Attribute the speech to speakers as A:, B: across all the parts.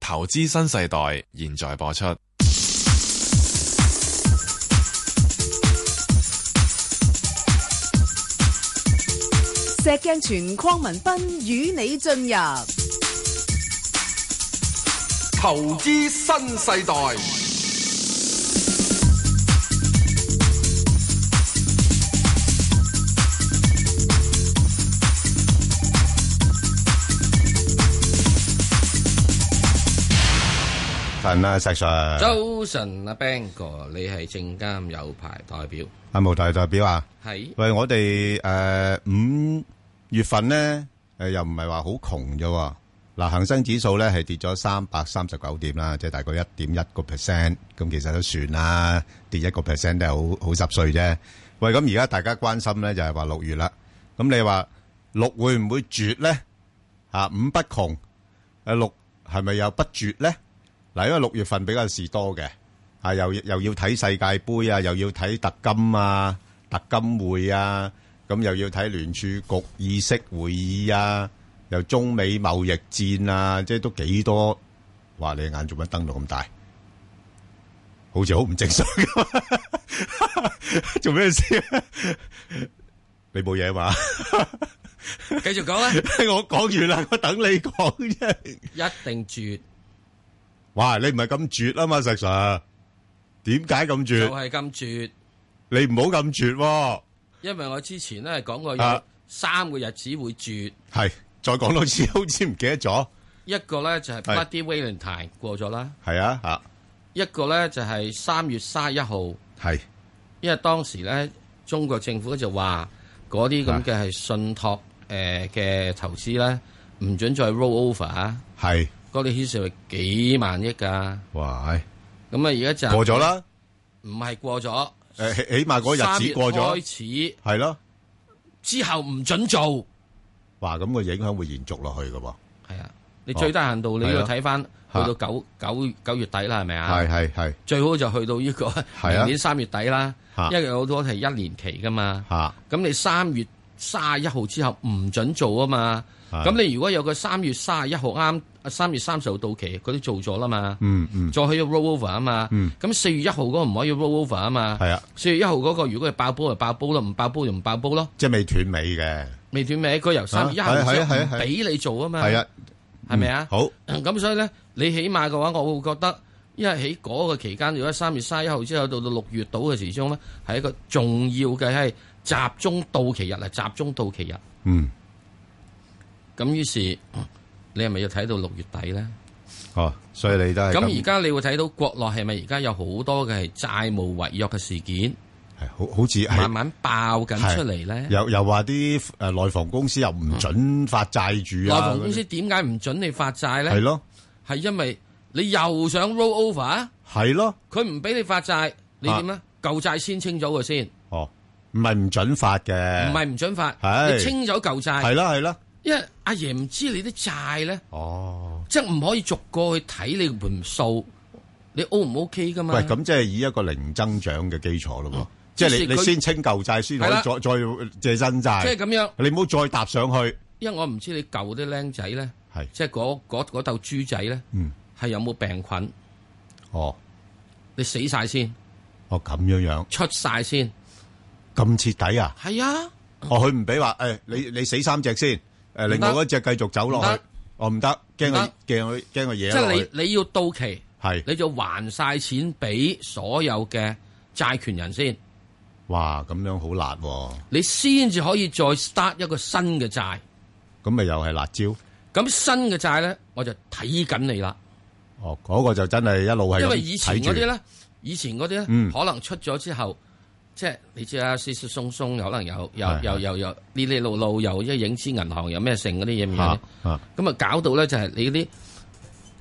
A: 投資新世代，現在播出。
B: 石鏡泉鄺民彬與你進入
C: 投資新世代，
D: 晨啊，石 Sir，
E: 早晨啊，Bang 哥，你係證監有牌代表，
D: 阿毛大代表啊，
E: 係
D: 喂，我哋诶五月份咧，诶又唔係話好窮啫喎。嗱，恒生指數咧係跌咗三百三十九點啦，即係大概一點一個 percent，咁其實都算啦，跌一個 percent 都係好好濕碎啫。喂，咁而家大家關心咧就係話六月啦，咁你話六會唔會絕咧？啊，五不窮，誒六係咪又不絕咧？嗱，因為六月份比較事多嘅，啊又又要睇世界盃啊，又要睇特金啊、特金會啊，咁又要睇聯儲局議息會議啊，又中美貿易戰啊，即係都幾多。哇！你眼做乜瞪到咁大？好似好唔正常咁， 做咩事？你冇嘢嘛？
E: 繼續講啦，
D: 我講完啦，我等你講啫。
E: 一定絕
D: 哇！你唔係咁絕啊嘛，石 Sir，點解咁
E: 就
D: 絕？
E: 係咁絕，
D: 你唔好咁絕喎、
E: 因為我之前咧講過有
D: 啊
E: 三個日子會絕，
D: 係再講多次，好似唔記得咗。
E: 一個咧就係
D: 係
E: Bloody Valentine 過咗啦，
D: 係啊，吓、
E: 一個咧就係三月三一號，
D: 係
E: 因為當時咧中國政府就話嗰啲咁嘅係信託誒嘅投資咧，唔准再 roll over 啊，
D: 係，
E: 嗰啲牽涉係幾萬億㗎，
D: 哇！唉
E: 咁啊而家就
D: 過咗啦，
E: 唔係過咗。
D: 诶、起起碼嗰日子過
E: 3月
D: 咗，
E: 開始
D: 係咯。
E: 之後唔准做，
D: 啊哇！咁個影響會延續落去噶喎。
E: 係啊，你最低限度你要睇翻去
D: 哦係啊
E: 到九九九月底啦，係咪啊？
D: 係係係
E: 最好就去到呢個
D: 啊
E: 明年三月底啦，
D: 嚇
E: 因為有好多係一年期噶嘛。
D: 吓，
E: 咁你三月卅一號之後唔准做啊嘛。
D: 係
E: 咁你如果有個三月卅一號啱，三月三十號到期，佢都做咗啦嘛。
D: 嗯嗯，
E: 再去 roll over 啊嘛
D: 嗯，
E: 咁四月一號嗰個唔可以 roll over 啊嘛，
D: 係啊，
E: 四月一號嗰個如果係爆煲就爆煲咯，唔爆煲就唔爆煲咯。
D: 即係未斷尾嘅。
E: 未斷尾，佢由三月一
D: 啊
E: 號
D: 係
E: 之
D: 啊係
E: 後
D: 啊
E: 唔
D: 係啊
E: 俾你做啊嘛，
D: 係啊，
E: 係咪啊？
D: 好
E: 咁所以咧，你起碼嘅話，我會覺得，因為喺嗰個期間，如果三月三一號之後到到六月度嘅時鐘咧，係一個重要嘅係集中到期日啊，集中到期日。
D: 嗯，
E: 咁於是你係咪要睇到六月底咧？
D: 哦，所以你都係
E: 咁而家你會睇到國內係咪而家有好多嘅係債務違約嘅事件，
D: 係好好似
E: 慢
D: 係
E: 慢爆緊出嚟咧？
D: 又又話啲诶内房公司又唔准發債
E: 內
D: 住啊，
E: 房公司點解唔準你發債
D: 係
E: 咧？
D: 咯
E: 係因為你又想 roll over 啊？
D: 係咯，
E: 佢唔俾你發債，你點
D: 啊
E: 咧？舊債先清咗佢先，
D: 哦，唔係唔准發嘅，
E: 唔係唔准發，
D: 係
E: 你清咗舊
D: 係
E: 債，
D: 啦係啦，
E: 因為阿爺唔知你啲債咧，
D: 哦。
E: 即係唔可以逐個去睇你盤數，你 O 唔 O K 噶嘛？
D: 喂，咁即係以一個零增長嘅基礎咯喎，即係
E: 於
D: 你
E: 是佢
D: 你先清舊債，先可以
E: 係啦
D: 再再借新
E: 即係
D: 債，
E: 咁樣，
D: 你唔好再搭上去。
E: 因為我唔知你舊啲僆仔咧，
D: 係，
E: 即係嗰嗰嗰竇豬仔咧，
D: 嗯，
E: 係有冇病菌？
D: 哦，
E: 你死晒先，
D: 哦咁樣樣，
E: 出晒先，
D: 咁徹底啊？
E: 係啊，
D: 哦，佢唔俾話誒，你你死三隻先，誒，另
E: 唔得
D: 外嗰隻繼續走落
E: 唔
D: 去
E: 得，
D: 哦唔得，驚佢
E: 唔
D: 驚佢驚佢
E: 即
D: 嘢落
E: 係
D: 去，
E: 你你要到期，
D: 係，
E: 你就還晒錢俾所有嘅債權人先。
D: 哇，咁樣好辣喎，
E: 你先至可以再 start 一個新嘅債。
D: 咁咪又係辣椒，
E: 咁新嘅債咧，我就睇緊你啦。
D: 哦，嗰個就真係一路係
E: 因
D: 咁
E: 為以前
D: 睇住
E: 嗰啲，咧，以前嗰啲咧，
D: 嗯
E: 可能出咗之後，即係你知啦，稀稀鬆鬆，有可能有有
D: 係
E: 有有有呢呢路路，又一影子銀行，又咩剩嗰啲嘢唔
D: 嚇嚇
E: 咁啊搞到咧就係你啲，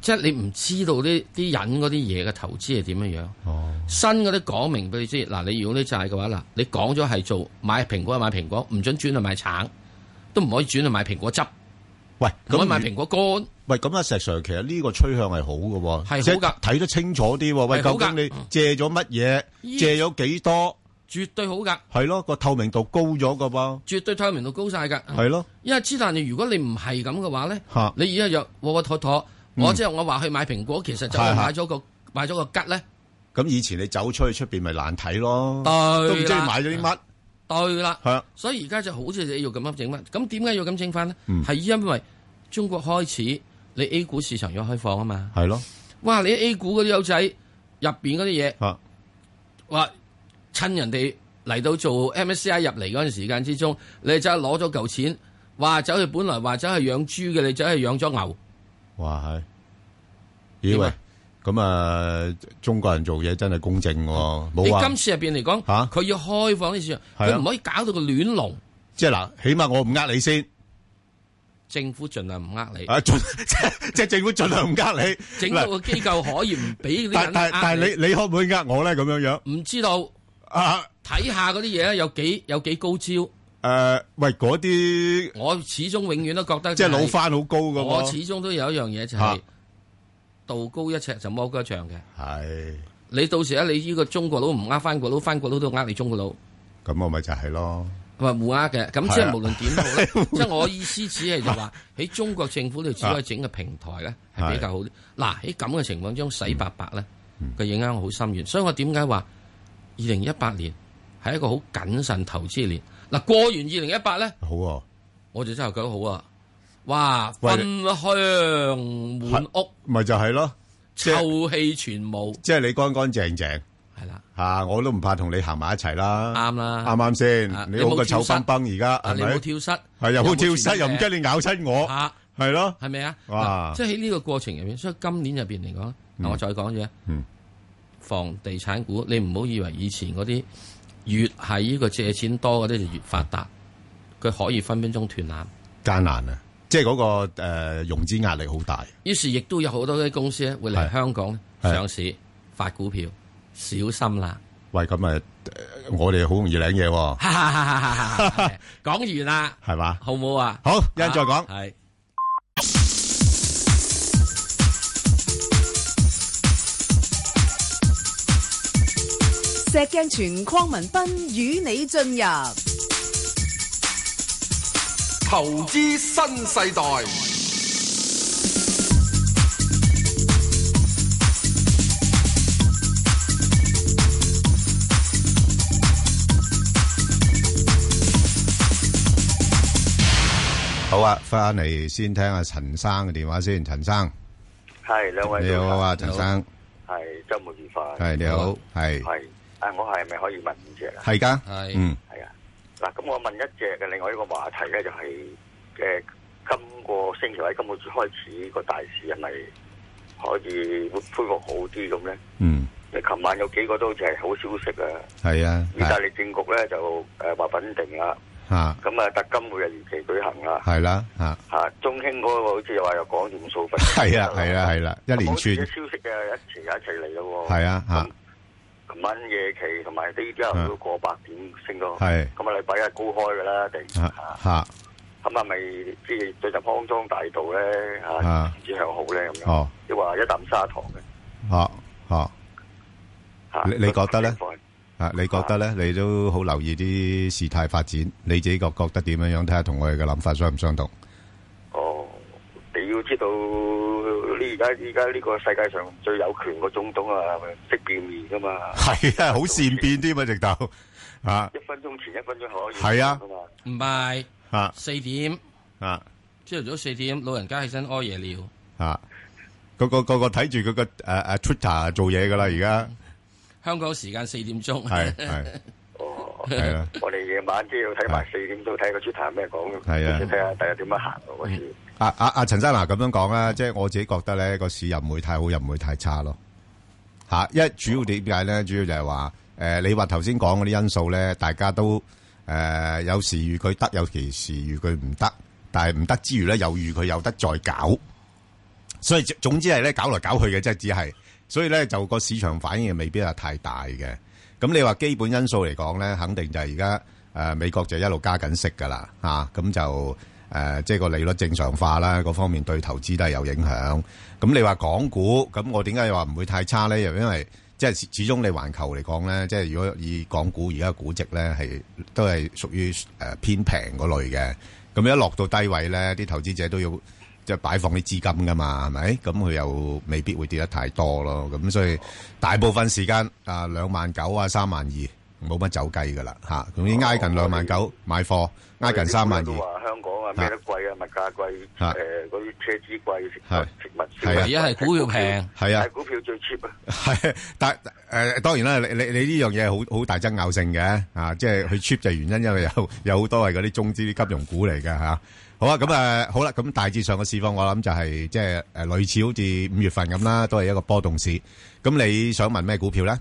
E: 即係你唔知道啲啲人嗰啲嘢嘅投資係點樣樣。
D: 哦，
E: 新嗰啲講明俾你知，嗱，你如果啲債嘅話，嗱，你講咗係做買蘋果就買蘋果，唔准轉去買橙，都唔可以轉去買蘋果汁。
D: 喂，
E: 咁
D: 咁
E: 買蘋果乾
D: 喂，咁啊，石 Sir，其實呢個趨向係好嘅喎，
E: 係
D: 即
E: 好㗎
D: 睇得清楚啲喎。喂，
E: 係
D: 究
E: 好㗎嗯
D: 竟你借咗乜嘢？
E: 咦
D: 借咗幾多？
E: 絕對好噶，
D: 係咯，個透明度高咗嘅噃，
E: 絕對透明度高晒噶。
D: 係咯，
E: 因為之但係如果你唔係咁嘅話咧
D: 嚇，
E: 你而家就窩窩妥妥，我即係我話去買蘋果，其實就
D: 嗯係係
E: 係買咗個買咗個吉咧。
D: 咁以前你走出去出边咪難睇咯，
E: 對
D: 都唔知你
E: 啦
D: 買咗啲乜，
E: 對啦，
D: 係啊
E: 所以而家就好似你要咁樣整翻。咁點解要咁整翻呢？
D: 嗯
E: 係因為中國開始你 A 股市場要開放啊嘛。
D: 係咯，
E: 哇！你 A 股嗰啲友仔入邊嗰啲嘢，
D: 吓
E: 話趁人哋嚟到做 MSCI 入嚟嗰陣時間之中，你就係攞咗嚿錢，話走去本來話走去養豬嘅，你走去養咗牛。
D: 哇係，
E: 點
D: 咦喂
E: 啊，
D: 咁啊，中國人做嘢真係公正喎，
E: 你
D: 冇話
E: 今次入邊嚟講，
D: 啊嚇
E: 佢要開放啲市場，
D: 係啊
E: 佢唔可以搞到個亂龍。
D: 即係嗱，起碼我唔呃你先，
E: 政府盡量唔呃你，
D: 啊，盡 即即係政府盡量唔呃你，
E: 整到
D: 嗱
E: 個機構可以唔俾啲
D: 但
E: 人
D: 但
E: 呃
D: 但係
E: 你，
D: 你你可唔可以呃我咧？咁樣樣
E: 唔知道。
D: 啊？
E: 睇下嗰啲嘢咧，有幾有幾高招，
D: 诶，呃喂，嗰啲
E: 我始終永遠都覺得
D: 即係
E: 就係
D: 老翻好高噶
E: 我
D: 喎，
E: 始終都有一樣嘢就係、
D: 嚇
E: 道高一尺就魔高一丈嘅。
D: 係
E: 你到時咧，你呢個中國佬唔呃翻國佬，翻國佬都呃你中國佬，
D: 咁我咪就係咯，
E: 咪互呃嘅。咁即
D: 係啊啊
E: 係無論點都 好咧，即係我意思只係就話喺中國政府度只可以整個平台咧係比較好啲。嗱喺咁嘅情況中，洗白白咧
D: 嗯
E: 嘅影響好深遠，所以我點解話二零一八年係一個好謹慎投資年。嗱過完二零一八咧。
D: 好喎。
E: 我就真係覺得好啊！哇，
D: 喂
E: 芬香滿屋，
D: 咪就係咯，即係
E: 臭氣全無，
D: 即係你乾乾淨淨
E: 係啦，
D: 吓，啊我都唔怕同你行埋一齊啦，
E: 啱啦
D: 啱唔啱
E: 啊
D: 先？
E: 你
D: 你
E: 冇
D: 好過
E: 跳
D: 臭
E: 蚤
D: 崩崩而家
E: 啊
D: 係
E: 你冇
D: 咪？
E: 跳啊蚤，
D: 係又好跳蚤，
E: 蚤，
D: 又唔驚你咬親我，
E: 嚇，
D: 係咯，
E: 係咪啊？
D: 哇
E: 嗱，即係喺呢個過程入面，所以今年入邊嚟講，嗱我再講嘢
D: 嗯，
E: 房地產股，你唔好以為以前嗰啲越係呢個借錢多嗰啲就越發達，佢可以分分鐘斷纜。
D: 艱難啊！即係嗰個诶融資壓力好大，
E: 於是亦都有好多啲公司咧會嚟
D: 係
E: 香港
D: 係
E: 上市發股票，小 心啦！
D: 喂咁啊，呃我哋好容易領嘢喎，
E: 哈哈哈哈哈哈！講完啦，
D: 係嘛？
E: 好唔好啊？
D: 好，一陣再講。
E: 係。
B: 石鏡泉邝文斌與你進入
C: 投資新世代，
D: 好啊，翻嚟先聽下陳生嘅電話先。陳生，
F: 系两位
D: 你
F: 早晨
D: 好啊，陳生，
F: 系周末愉快，
D: 係你好，係
F: 系啊，我系咪可以问五只啊？
D: 係㗎，
E: 係
D: 嗯，
F: 系啊，嗱，咁我问一只嘅，另外一个话题咧就系、诶、今個星期或者今個月開始個大市係咪可以會恢復好啲咁咧？
D: 嗯，
F: 你琴晚有幾個都好似係好消息啊！
D: 係啊，
F: 意大利政局咧就誒話穩定啦，
D: 吓
F: 咁啊特金會日如期舉行啦，
D: 係啦，吓
F: 嚇、中興嗰個好似又話又講點數分，
D: 係啊，係啊，係啦，一連
F: 好似
D: 串
F: 啲。消息嘅一齊一齊嚟咯喎，
D: 係啊嚇
F: 琴晚夜期同埋呢啲朝頭早過百點升到，
D: 啊係
F: 咁啊禮拜一高開㗎啦，定
D: 吓
F: 嚇
D: 吓
F: 咁啊咪即係進入康莊大道咧嚇
D: 啊，
F: 唔知向好咧咁樣。
D: 哦
F: 你話一啖砂糖嘅
D: 哦哦
F: 嚇，
D: 你你覺得咧
F: 咁情況
D: 啊！你覺得咧？你都好留意啲事態發展，你自己覺覺得點樣樣？睇下同我哋嘅諗法相唔相同？
F: 哦，你要知道呢而家而家呢個世界上最有權個總統啊，識變面噶嘛，
D: 係啊，好善變添啊，直頭啊
F: 一分鐘前一分鐘後可以
D: 係啊
F: 變㗎嘛
E: 唔係
D: 啊
E: 四點，
D: 啊
E: 朝頭早四點，老人家起身屙夜尿。
D: 啊！個個個個睇住佢個誒誒 Twitter 做嘢噶啦，而家
E: 香港時間四點鐘，
D: 係係
F: 哦。
D: 係啊啦，
F: 我哋夜晚即係要睇埋四點都睇個主題咩講嘅，
D: 係啊
F: 睇下第日點樣行路嗰時。
D: 啊啊啊！陳生嗱咁樣講啦，即係我自己覺得咧，個市又唔會太好，又唔會太差咯。吓、因為主要點解咧？主要就係話诶，誒你話頭先講嗰啲因素咧，大家都诶、誒有時預佢得，有其時預佢唔得，但係唔得之餘咧，又預佢有得再搞。所以總之係咧，搞來搞去嘅，即係只係，所以咧就個市場反應未必係太大嘅。咁你話基本因素嚟講咧，肯定就係而家誒呃美國就一路加緊息㗎啦，嚇、咁就誒、呃即係個利率正常化啦，嗰方面對投資都係有影響。咁你話港股，咁我點解話唔會太差咧？又因為即係始始終你環球嚟講咧，即係如果以港股而家嘅估值咧，係都係屬於誒偏平嗰類嘅。咁一落到低位咧，啲投資者都要即係擺放啲資金噶嘛，係咪？咁佢又未必會跌得太多咯。咁所以大部分時間啊，兩萬九啊，三萬二冇乜走雞噶啦嚇。咁已經挨近兩萬九買貨，挨近三萬
F: 都
D: 二。
F: 話香港啊咩都貴啊，物價貴，
D: 啊
F: 誒嗰啲車資貴，食
D: 係
F: 物食物
D: 係啊
E: 而家係股票平，
D: 係啊
F: 但係股票最 cheap 啊，
D: 係，但誒當然啦，你你你呢樣嘢好好大爭拗性嘅啊，即係佢 cheap 就原因，因為有 有好多係嗰啲中資啲金融股嚟嘅嚇。好啊，咁誒好啦，咁大致上嘅市況我諗就係即係誒類似好似五月份咁啦，都係一個波動市。咁你想問咩股票咧？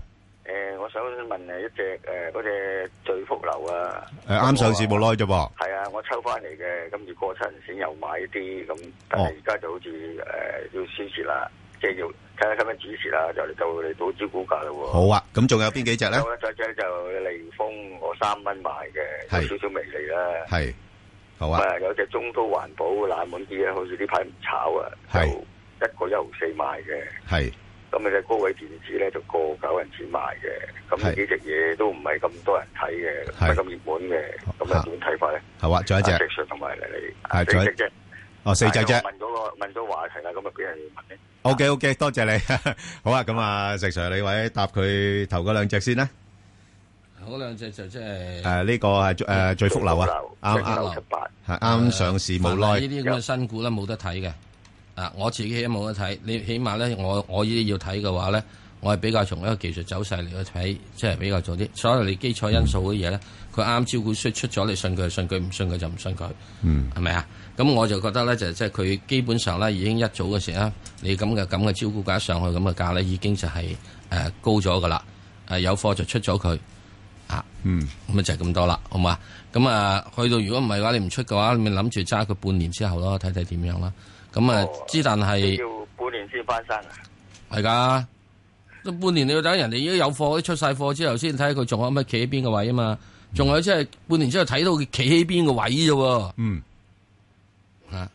F: 誒，我想問誒一隻誒嗰只聚福樓啊，
D: 誒啱上市冇耐啫噃，
F: 係啊，我抽翻嚟嘅，咁如過七人錢又買啲，咁但係
D: 哦
F: 而家就好似誒、呃要輸蝕啦，即係要睇下使唔使止蝕啦，就嚟到嚟到招股價嘞喎。
D: 好啊，咁仲有邊幾隻咧？
F: 有一隻咧就利豐，我三蚊買嘅，
D: 係
F: 有少少微利啦。
D: 係，好
F: 咁
D: 啊，
F: 啊，有隻中都環保冷門啲嘅，好似呢排唔炒啊，就
D: 係
F: 一個一毫四買嘅。
D: 係
F: 咁你隻高位電子咧就過九人錢買嘅，咁呢
D: 係
F: 幾隻嘢都唔係咁多人睇嘅，唔
D: 係
F: 係咁熱門嘅，咁
D: 嚇
F: 啊點睇法咧？
D: 好啊，仲有一
F: 阿
D: 隻
F: Jack Sir 同埋你，
D: 係
F: 四
D: 仲有
F: 隻啫。
D: 哦，四隻啫。
F: 問咗個問咗話題啦，咁啊俾人問咧。
D: OK OK，多謝你。 好啊，咁啊，石 Sir 你位答佢頭嗰兩隻先啦。
E: 嗰兩隻就即係
D: 誒，呢個係，誒，聚福樓啊，啱，
E: 聚福樓。
F: 九七八，
D: 啱，係，啱上市冇耐，
E: 呢啲咁嘅新股咧冇得睇嘅。啊，我自己都冇得睇，你起碼咧，我我呢啲要睇嘅話咧，我係比較從一個技術走勢嚟去睇，即係比較早啲。所有你基礎因素嘅嘢咧，佢啱招股出出咗，你信佢就信佢，唔信佢就唔信佢。
D: 嗯，
E: 係咪啊？咁我就覺得咧，就即係佢基本上咧，已經一早嘅時咧，你咁嘅咁嘅招股價上去咁嘅價咧，已經就係、誒、高咗噶啦。誒、呃有貨就出咗佢啊，
D: 嗯，
E: 咁啊就係咁多啦，好嘛？咁啊，去到如果唔係嘅話，你唔出嘅話，你咪諗住揸佢半年之後咯，睇睇點樣啦。咁啊
F: 哦，
E: 之但係
F: 要半年先翻身啊！
E: 係㗎，都半年你要等人哋已經有貨，出晒貨之後先睇下佢仲可唔可以企喺邊個位啊嘛。仲有即係半年之後睇到佢企喺邊個位啫喎。啊，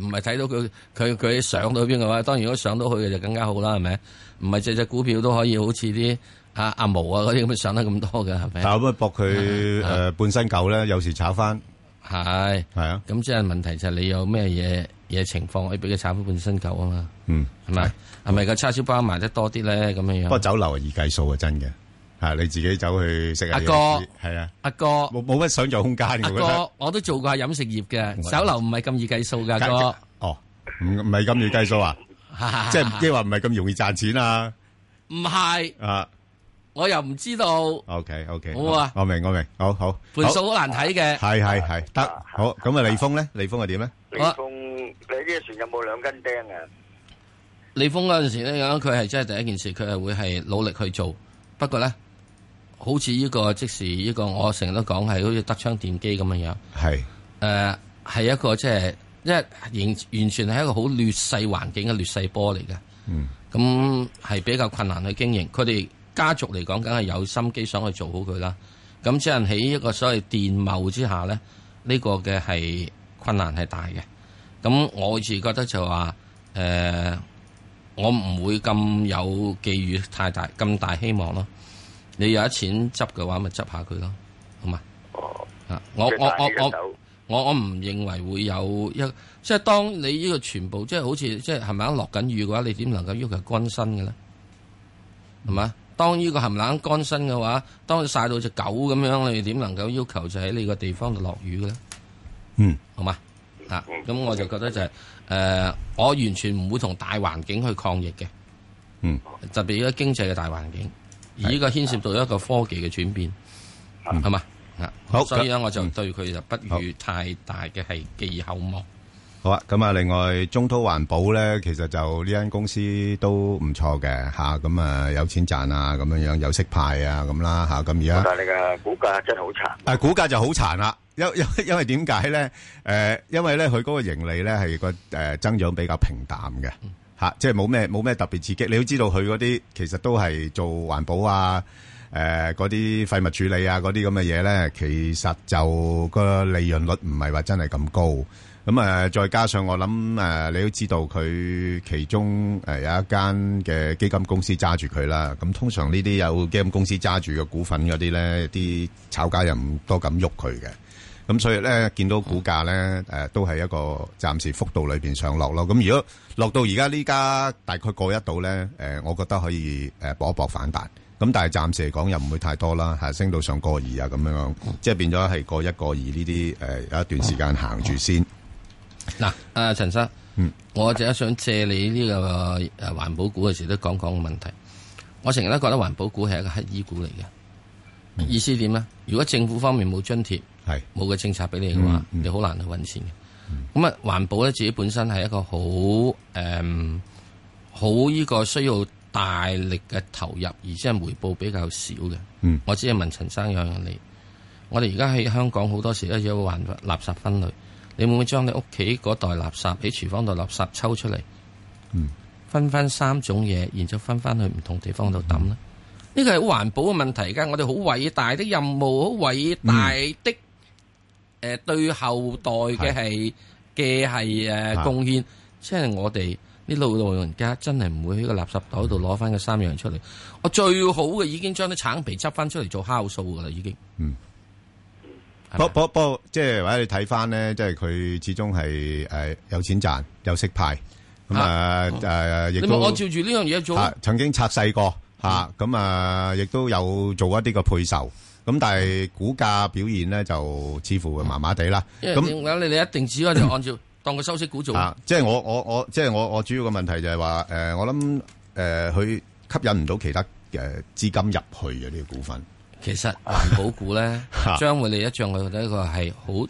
E: 唔係睇到佢佢佢上到邊嘅話，當然如果上到去嘅就更加好啦，係咪？唔係隻隻股票都可以好似啲阿阿毛啊嗰啲咁上得咁多嘅，係
D: 啊
E: 咪？
D: 但我咪搏佢，誒，半新舊呢，有時炒返，係啊，
E: 係，咁即係問題就係你有咩嘢嘢情況可以俾佢炒翻半身狗啊嘛？
D: 嗯，
E: 係咪？係咪個叉燒包賣得多啲咧？咁樣樣。
D: 不過酒樓係易計數啊，真嘅，係，你自己走去食下
E: 阿哥。
D: 嘢先，係啊，冇-
E: 阿哥，
D: 冇乜想像空間嘅，
E: 阿
D: 我覺得。
E: 哥，我都做過飲食業嘅，
D: 我
E: 酒樓唔係咁易計數㗎，阿哥。
D: 哦，唔-唔係咁易計數啊？即係即係話唔係咁容易賺錢啊？啊，OK，OK，
E: 唔係，我又唔知道
D: OK，
E: 好啊。
D: 我明，我明，好，好，
E: 盤
D: 好，
E: 數好難睇嘅。
D: 係，係，係，得，好，咁啊，利豐呢？利豐係點呢？
F: 利
E: 好啊
F: 豐，你呢隻船有冇兩根釘啊？
E: 李峰嗰陣時咧，佢係真係第一件事，佢係會係努力去做。不過咧，好似呢、個即時呢、個，我成日都講係好似德昌電機咁樣樣。誒、呃係一個即係因為完完全係一個好劣勢環境嘅劣勢波嚟嘅。
D: 係，嗯，係，
E: 咁係比較困難去經營。佢哋家族嚟講，梗係有心機想去做好佢啦。咁只能喺一個所謂電貿之下咧，呢、個嘅係困難係大嘅。咁我自覺得就話誒、呃我唔會咁有寄予太大咁大希望咯。你有一錢執嘅話，咪執下佢咯，好嘛？
F: 哦，
E: 啊，我
F: 即係
E: 我
F: 帶
E: 我
F: 呢隻
E: 我。
F: 手
E: 我我唔認為會有一，即係當你呢個全部即係好似即係係咪落緊雨嘅話，你點能夠要求乾身嘅咧？係嘛？當呢個冚冷乾身嘅話，當佢曬到只狗咁樣，你點能夠要求就喺你個地方度落雨嘅咧？
D: 嗯，
E: 好嘛？啊，
F: 嗯
E: 咁我就覺得就係、呃我完全唔會同大環境去抗疫嘅。
D: 嗯，
E: 特別而家經濟嘅大環境，而呢個牽涉到一個科技嘅轉變，係嘛？啊，
D: 嗯好
E: 所以咧
D: 咁嗯
E: 我就對佢就不予太大嘅係寄予厚望。
D: 好啊，咁啊，另外中滔環保咧，其實就呢間公司都唔錯嘅吓，咁啊有錢賺啊，咁樣樣有息派啊，咁啦吓，咁而家。
F: 但係你嘅股價真係好殘。
D: 但係股價就好殘啦，因因因為 點解咧？誒、因為咧佢嗰個盈利咧係個誒、增長比較平淡嘅嚇、即係冇咩冇咩特別刺激。你都知道佢嗰啲其實都係做環保啊。誒嗰啲廢物處理啊，嗰啲咁嘅嘢咧，其實就個利潤率唔係話真係咁高。咁誒、呃再加上我諗誒、呃你都知道佢其中誒、呃有一間嘅基金公司揸住佢啦。咁通常呢啲有基金公司揸住嘅股份嗰啲咧，啲炒家又唔多敢喐佢嘅。咁所以咧，見到股價咧，誒、都係一個暫時幅度裏邊上落咯。咁如果落到而家呢家大概過一度咧，誒、我覺得可以誒搏一搏反彈。咁但係暫時嚟講又唔會太多啦，係升到上過二啊咁樣，即係變咗係過一過二呢啲誒有一段時間行住先。
E: 嗱，
D: 嗯
E: 阿陳生，我就想借你呢個誒環保股嘅時都講講個問題。我成日都覺得環保股係一個乞衣股嚟嘅，
D: 嗯
E: 意思點咧？如果政府方面冇津貼，
D: 係
E: 冇個政策俾你嘅話，你好難去揾錢嘅。咁啊，環保咧自己本身係一個好誒好呢個需要大力嘅投入，而且係回報比較少嘅。
D: 嗯
E: 我只係問陳生一樣嘢你，我哋而家喺香港好多時咧有個環垃圾分類，你會唔會將你屋企嗰袋垃圾喺廚房袋垃圾抽出嚟，分翻三種嘢，然之後分翻去唔同地方度抌咧？呢個係好環保嘅問題㗎，我哋好偉大的任務，好偉大
D: 嗯
E: 的誒、呃、對後代嘅係嘅係誒
D: 係
E: 貢獻，即係我哋啲老老人家真係唔會喺個垃圾袋度攞翻個三樣出嚟。我最好嘅已經將啲橙皮執翻出嚟做酵素噶啦，已經。
D: 嗯
E: 係咪。
D: 不不不過，即係或者你睇翻咧，即係佢始終係誒有錢賺，有息派，咁啊誒亦
E: 嗯你咪
D: 都
E: 按照住呢樣嘢做嗯咯
D: 啊。曾經拆細過嚇，咁啊亦都有做一啲嘅配售，咁但係股價表現咧就似乎麻麻地啦。
E: 因為
D: 咁
E: 點解你哋一定只可以就 按照當個收息股做？
D: 啊，即係我我我即係我我主要嘅問題就係話誒，我諗誒佢吸引唔到其他誒資金入去嘅呢個股份，
E: 其實環保 股咧
D: 嚇，
E: 將會你一將佢一個係好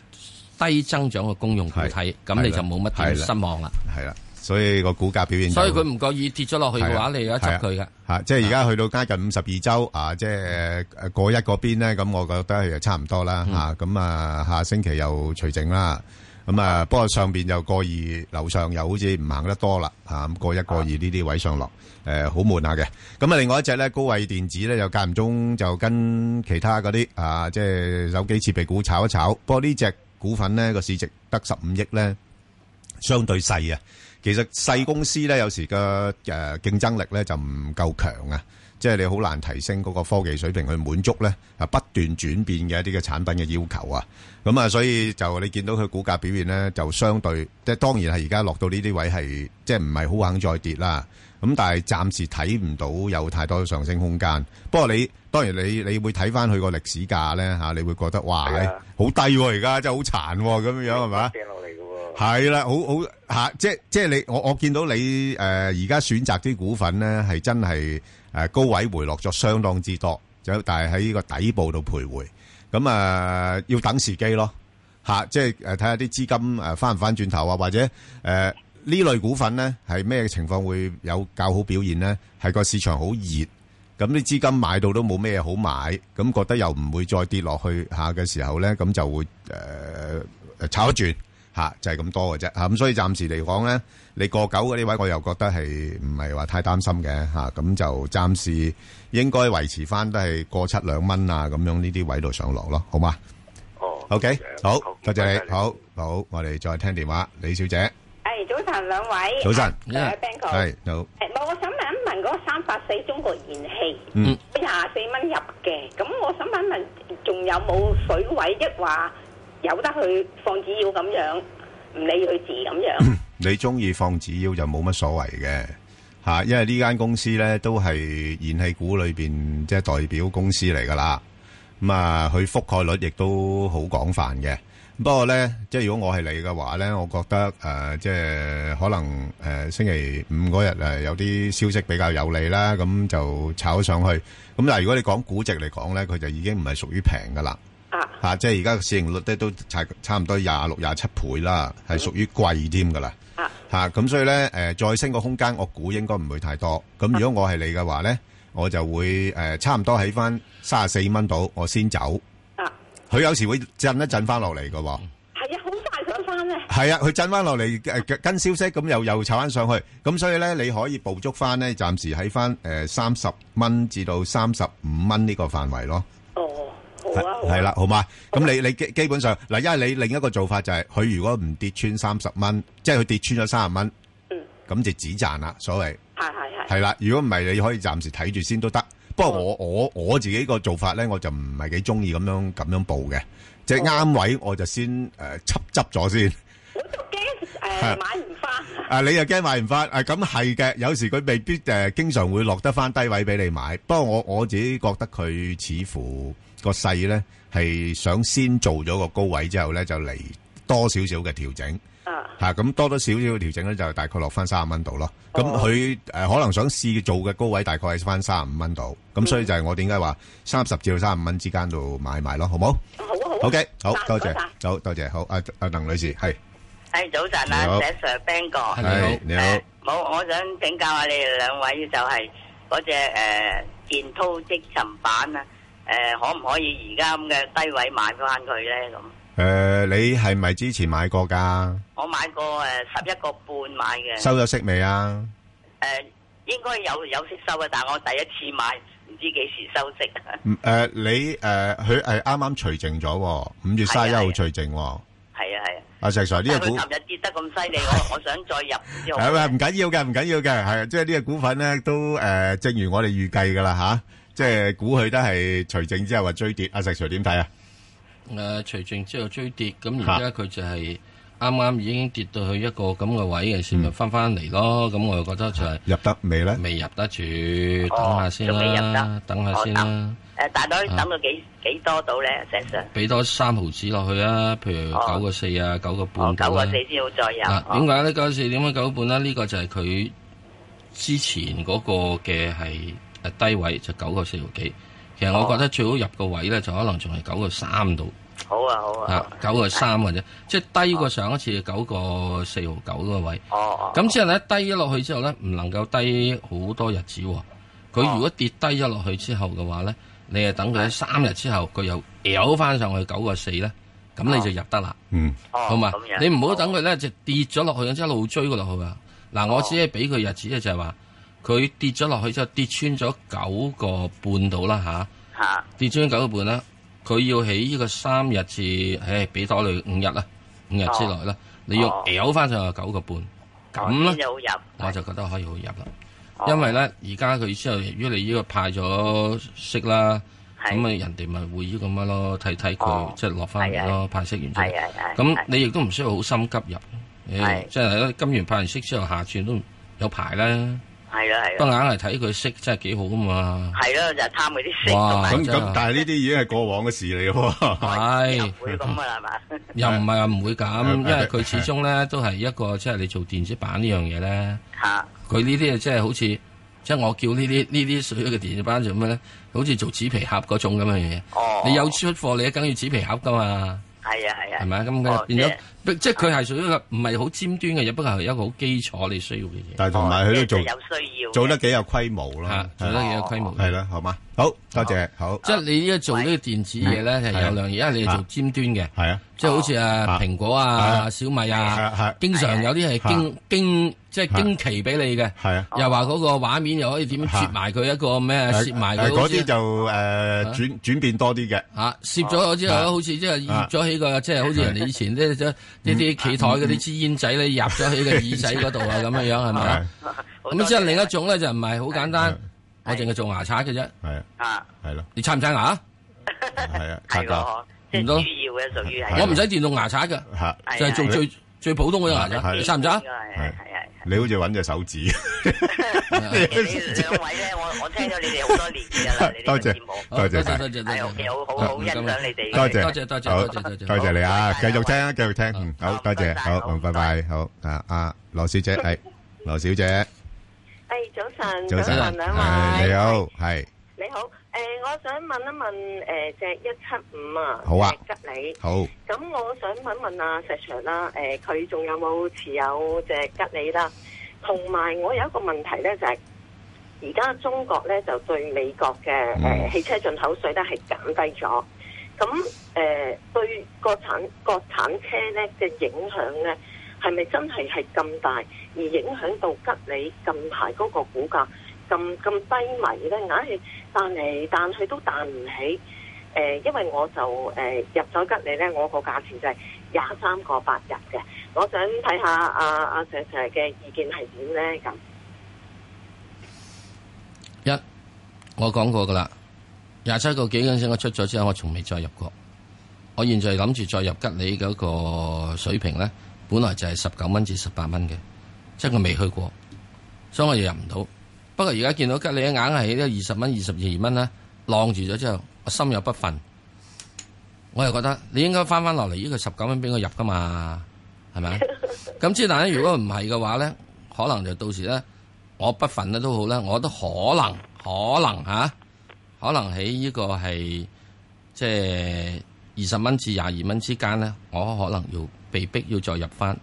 E: 低增長嘅公用股
D: 係
E: 睇，咁你
D: 係啦
E: 就冇乜點
D: 係啦
E: 失望啦。
D: 係啦，所以個股價表現就
E: 所以佢唔覺意跌咗落去嘅
D: 係啊
E: 話，你有得
D: 係
E: 執
D: 啊
E: 佢噶。
D: 吓，即係而家去到接近五十二周啊，即係誒過一嗰邊咧，咁我覺得係差唔多啦吓，咁啊下星期又除淨啦，咁啊不過上邊又過二，樓上又好似唔行得多啦啊吓，咁過一過二呢啲位上落，誒好悶下嘅。咁啊另外一隻咧高位電子咧又間唔中就跟其他嗰啲啊，即係手機設備股炒一炒，不過呢只股份咧個市值得十五億咧。相對細啊。其實細公司咧，有時嘅誒競爭力咧就唔夠強啊，即係你好難提升嗰個科技水平去滿足咧啊不斷轉變嘅一啲嘅產品嘅要求啊。咁啊，所以就你見到佢股價表現咧，就相對即係當然係而家落到呢啲位係即係唔係好肯再跌啦。咁但係暫時睇唔到有太多上升空間。不過你當然你你會睇翻佢個歷史價咧嚇，你會覺得哇，
F: 係啊
D: 好低喎而家真係好殘喎咁樣樣係咪啊？
F: 掟落嚟嘅喎。
D: 系啦，好好吓，即即係你我我见到你诶而家選擇啲股份咧，係真係诶高位回落咗相當之多，就但係喺呢個底部度徘徊，咁啊、呃要等時機咯吓、即係诶睇下啲資金诶翻唔翻轉頭啊，或者诶呢、類股份咧係咩情況會有較好表現咧？係個市場好熱。咁啲資金買到都冇咩好買，咁覺得又唔會再跌落去下嘅時候咧，咁就會誒、呃、炒一轉嚇、就係、咁多嘅啫嚇。咁、所以暫時嚟講咧，你過九嗰啲位，我又覺得係唔係話太擔心嘅嚇。咁、就暫時應該維持翻都係過七兩蚊啊咁樣呢啲位度上落咯，好嘛
F: 哦
D: ？OK，好，dạ, 多謝
F: 唔該晒
D: 你，好好，我哋再聽電話，李小姐，
G: 诶，早晨兩位，
D: 早晨
H: Ờ,
G: 诶 b a n 哥，
D: 係好，
G: 誒冇，我想問一問嗰三八四中國燃氣，
D: 嗯，
G: 我廿四蚊入嘅，咁我想問一問，仲有冇水位？一話有得去放紙鷂咁樣，唔理佢字咁樣。
D: 你中意放紙鷂就冇乜所謂嘅嚇，因為呢間公司咧都係燃氣股裏邊即係代表公司嚟噶啦。咁啊，佢覆蓋率亦都好廣泛嘅。不過咧，即係如果我係你嘅話咧，我覺得誒、呃即係可能誒、呃星期五嗰日誒有啲消息比較有利啦，咁就炒上去。咁但係如果你講估值嚟講咧，佢就已經唔係屬於平噶啦。
H: À,
G: 啊，
D: 嚇、即係而家個市盈率咧都差差唔多廿六廿七倍啦，係屬於貴添㗎啦
G: 啊。
D: 嚇咁、所以咧誒、呃再升個空間，我估應該唔會太多。咁如果我係你嘅話咧，我就會誒、呃差唔多喺翻三十四蚊度，我先走。
H: à.
G: 啊，
D: 佢有時會震一震翻落嚟嘅喎。
G: 係啊，好快上翻咧。
D: 係啊，佢震翻落嚟誒跟消息，咁又又炒翻上去。咁所以咧，你可以捕捉翻咧，暫時喺翻誒三十蚊至到三十五蚊呢個範圍咯。
G: 哦，好啊，好啊
D: 系啦，，好嘛？咁你你基基本上嗱，因為你另一個做法就係、佢如果唔跌穿三十蚊，即係佢跌穿咗三十蚊，
G: 嗯
D: 咁就止賺啦，所謂
G: 係係係，
D: 係啦。如果唔係，你可以暫時睇住先都得。不過
G: 啊
D: 我我我自己個做法咧，我就唔係幾中意咁樣咁樣報嘅，即係
G: 啊
D: 啱位我就先誒執執咗先。
G: 我都驚誒
D: 係
G: 買唔翻。
D: 啊，你又驚買唔翻？啊，咁係嘅，有時佢未必誒、呃經常會落得翻低位俾你買。不過我我自己覺得佢似乎個勢咧係想先做咗個高位之後咧，就嚟多少少嘅調整。
H: Ờ,
G: 啊，
D: 嚇咁多多少少嘅調整咧，就大概落翻三十蚊度咯。咁佢誒可能想試做嘅高位大概係翻三十五蚊度。咁所以就係我點解話三十至到三十五蚊之間度買賣咯，好冇
G: 好啊好啊。
D: ？OK，好
G: 啊
D: 多謝
G: 唔該晒，
D: 好多謝，好阿阿鄧女士係
H: 系早晨
D: 你
H: 啊
D: 好
H: ，Sir Sir Ben 哥，
E: 你好
D: 係你好
H: 誒冇，我想請教下你哋兩位，就係嗰只诶建滔積塵板啊，诶、可唔可以而家咁嘅低位買翻佢咧？咁
D: 誒，你係咪之前買過㗎？
H: 我買過诶十一個半買嘅，
D: 收咗息未啊？
H: 诶、應应該有有息收嘅，但系我第一次買，唔知幾時收 息。
D: 唔誒，你誒佢係啱啱除淨咗喎，五月
H: 係啊
D: 三十一號
H: 係啊
D: 除淨喎。
H: 係啊係啊，
D: 阿石 Sir 呢
H: 但
D: 個
H: 係
D: 股
H: 佢。琴日跌得咁犀利，我我想再入唔知好唔好。
D: 係咪？唔緊要嘅，唔緊要嘅，係，即係呢個股份呢，都，誒，正如我哋預計㗎啦，吓，即係估佢都係除淨之後話追跌，阿石Sr點睇啊？
E: 誒除淨之後追跌，咁而家佢就係啱啱已經跌到去一個咁嘅位嘅時，
D: 嗯
E: 咪翻翻嚟咯。咁我又覺得就係
D: 入得未呢？
E: 未入得住，
H: Ờ,
E: 等下先
H: 哦仲未入
E: 啦
H: 得，
E: 等下先啦，
H: 诶、大概等到幾幾多到咧，Sir Sir？
E: 俾多三毫子落去啊，譬如
H: 哦
E: 九個四啊，九個
H: 哦
E: 半
H: 九
E: 到
H: 個
E: 啦。
H: 四先好再入。
E: 嗱，
H: 哦
E: 啊點解呢？九四點解九半啦？呢個就係佢之前嗰個嘅係誒低位，就九個四毫幾。其實我覺得最好入個位咧，就可能仲係九個三度
H: 好啊好啊
E: 啊。，九個三或者即係低過上一次九個四毫九嗰個位。
H: 哦，
E: 咁之後咧，低咗落去之後咧，唔能夠低好多日子喎。佢如果跌低咗落去之後嘅話咧，你係等佢喺三日之後，佢又有翻上去九個四咧，咁你就入得啦。
H: 哦
E: 好嘛？你唔好等佢咧就跌咗落去，一路追佢落去啊！嗱，
H: 哦
E: 我只係俾佢日子嘅就係話，佢跌咗落去之後跌穿咗九個半到啦吓，
H: 吓
E: 跌穿九個半啦，佢要喺呢個三日至，唉，俾多你五日啦，五日之內啦，你要
H: 哦
E: 咬翻上去九個半，咁啦，
H: 有入，
E: 我就覺得可以好入
H: 哦
E: 啦。因為咧，而家佢之後，由於你呢個派咗息啦，
H: 係
E: 咁啊人哋咪會呢咁樣咯，睇睇佢
H: 哦
E: 即係落翻嚟
H: 係
E: 咯，派息完之後
H: 係。係係。
E: 咁你亦都唔需要好心急入，誒
H: 係
E: 即係金元派完息之後，下轉都有排啦。
H: 係啦係
E: 不過
H: 啦，
E: 硬係睇佢息真係幾好啊嘛，
H: 係啦就貪佢啲息同
E: 哇
H: 埋
D: 咁-
E: 真係。
D: 咁- 但係呢啲已經係過往嘅事嚟喎。
H: 哦
E: 係
H: 入會咁啊係嘛？
E: 又唔係話唔會咁，
D: 係
E: 因為佢始終 咧都係一個即係你做電子版呢樣嘢咧，
H: 嚇
E: 佢呢啲啊即係好似即係我叫呢啲呢啲水嘅電子版做咩咧？好似做紙皮盒嗰種咁嘅嘢，
H: 哦，
E: 你有出貨你梗要紙皮盒噶嘛，
H: 係啊係啊，
E: 係咪啊？咁佢
H: 哦
E: 變
H: 即係
E: 咗即係佢係屬於一個唔係好尖端嘅嘢，不過係一個好基礎你需要嘅嘢。
D: 但係同埋佢都
H: 哦即係
D: 做-
H: 有需要嘅
D: 做得幾有規模咯，
H: 哦
E: 嚇，做得幾有規模。
D: 係啦，好嘛？好，多謝，好，
E: 即係你呢個做呢個電子嘢咧，係有兩嘢，因為你係做尖端嘅，
D: 係啊，
E: 即係好似啊
D: 啊
E: 蘋果
D: 啊
E: 啊、小米啊
D: 係，
E: 經常有啲係
D: 係
E: 經經即係經期俾你嘅，
D: 係啊。
E: 又話嗰個畫面又可以點攝埋佢一個咩
D: Ờ,
E: 攝埋佢好
D: 誒，嗰
E: 似
D: 啲就，誒，轉-轉變多啲嘅。
E: 啊攝咗我之後咧，好似即係入咗喺個即係好似人哋以前咧呢啲企台嗰啲支煙仔咧入咗喺個耳仔嗰度啊咁樣樣係咪
D: Dạ,
E: 啊？
H: 好多
E: 咁即係
H: 謝
E: 另一種咧就唔係好簡單，我淨係做牙刷嘅啫，
D: dạ.
H: 啊，
E: 你刷唔刷牙啊？
D: Ờ, 係，
H: 係
D: 係咯，係啊，係啊，拆㗎，
H: 喎，即係
E: 唔
H: 主
E: 多
H: 要嘅屬於係
E: 我唔使電動牙刷嘅。
D: 嚇，
H: 係
E: 就係做
H: 係
E: 最最普通嗰種牙刷，
D: 啊係啊
E: 你揸唔啊揸
H: 係？係係。
D: 你好似搵隻手指。
H: 你兩位咧，我我聽咗你哋好多年㗎啦，你哋
D: 多謝，
H: 嘅節目
E: 好
D: 啊多謝晒。
E: 多謝多
H: 係
E: 謝，
H: 好好好欣賞你哋。
D: 多謝。
E: 多謝多謝
D: 好，
E: 多謝多謝
D: 多謝
E: 好。
D: 你啊，
H: 拜拜，
D: 繼續
H: 拜拜。
D: 聽啊，繼續聽，
E: 好。
D: 嗯，好，
H: 好，
D: 多謝，
H: 拜拜，
D: 好，
H: 好，
D: 嗯，拜
H: 拜拜。
D: Ờ, à, 拜，好，啊，啊，羅小姐，係，羅小姐，
I: 诶，早晨，
D: 早晨，
I: 晨兩
D: 係，
I: 位，
D: 你好，係，好，
I: 你好。诶，我想問一問诶，只一七五啊，
D: 好啊
I: 隻吉利。咁我想問一問阿石 Sir 啦，诶，佢仲有冇持有隻吉利啦？同埋我有一個問題咧，就係而家中國咧就對美國嘅
D: 嗯
I: 诶汽車進口税咧係減低咗，咁诶對國產國產車咧嘅影響咧係咪真係係咁大，而影響到吉利近排嗰個股價咁咁低迷咧，硬係彈嚟彈去都彈唔起。誒、呃因為我就誒、入咗吉利咧，我個價錢就係廿三個八入嘅。我想睇下阿阿 Sir Sir 嘅意見係點咧咁。
E: 一我講過噶啦，廿七個幾嗰陣時我出咗之後，我從未再入過。我現在諗住再入吉利嗰個水平咧，本來就係十九蚊至十八蚊嘅，即係我未去過，所以我又入唔到。不過而家見到吉利硬係呢二十蚊、二十二蚊啦，晾住咗之後，我心有不忿，我又覺得你應該翻翻落嚟呢個十九蚊俾我入噶嘛，係咪？咁之但咧，如果唔係嘅話咧，可能就到時咧，我不忿咧都好啦，我都可能可能吓、可能喺呢個係即係二十蚊至廿二蚊之間咧，我可能要被逼要再入翻。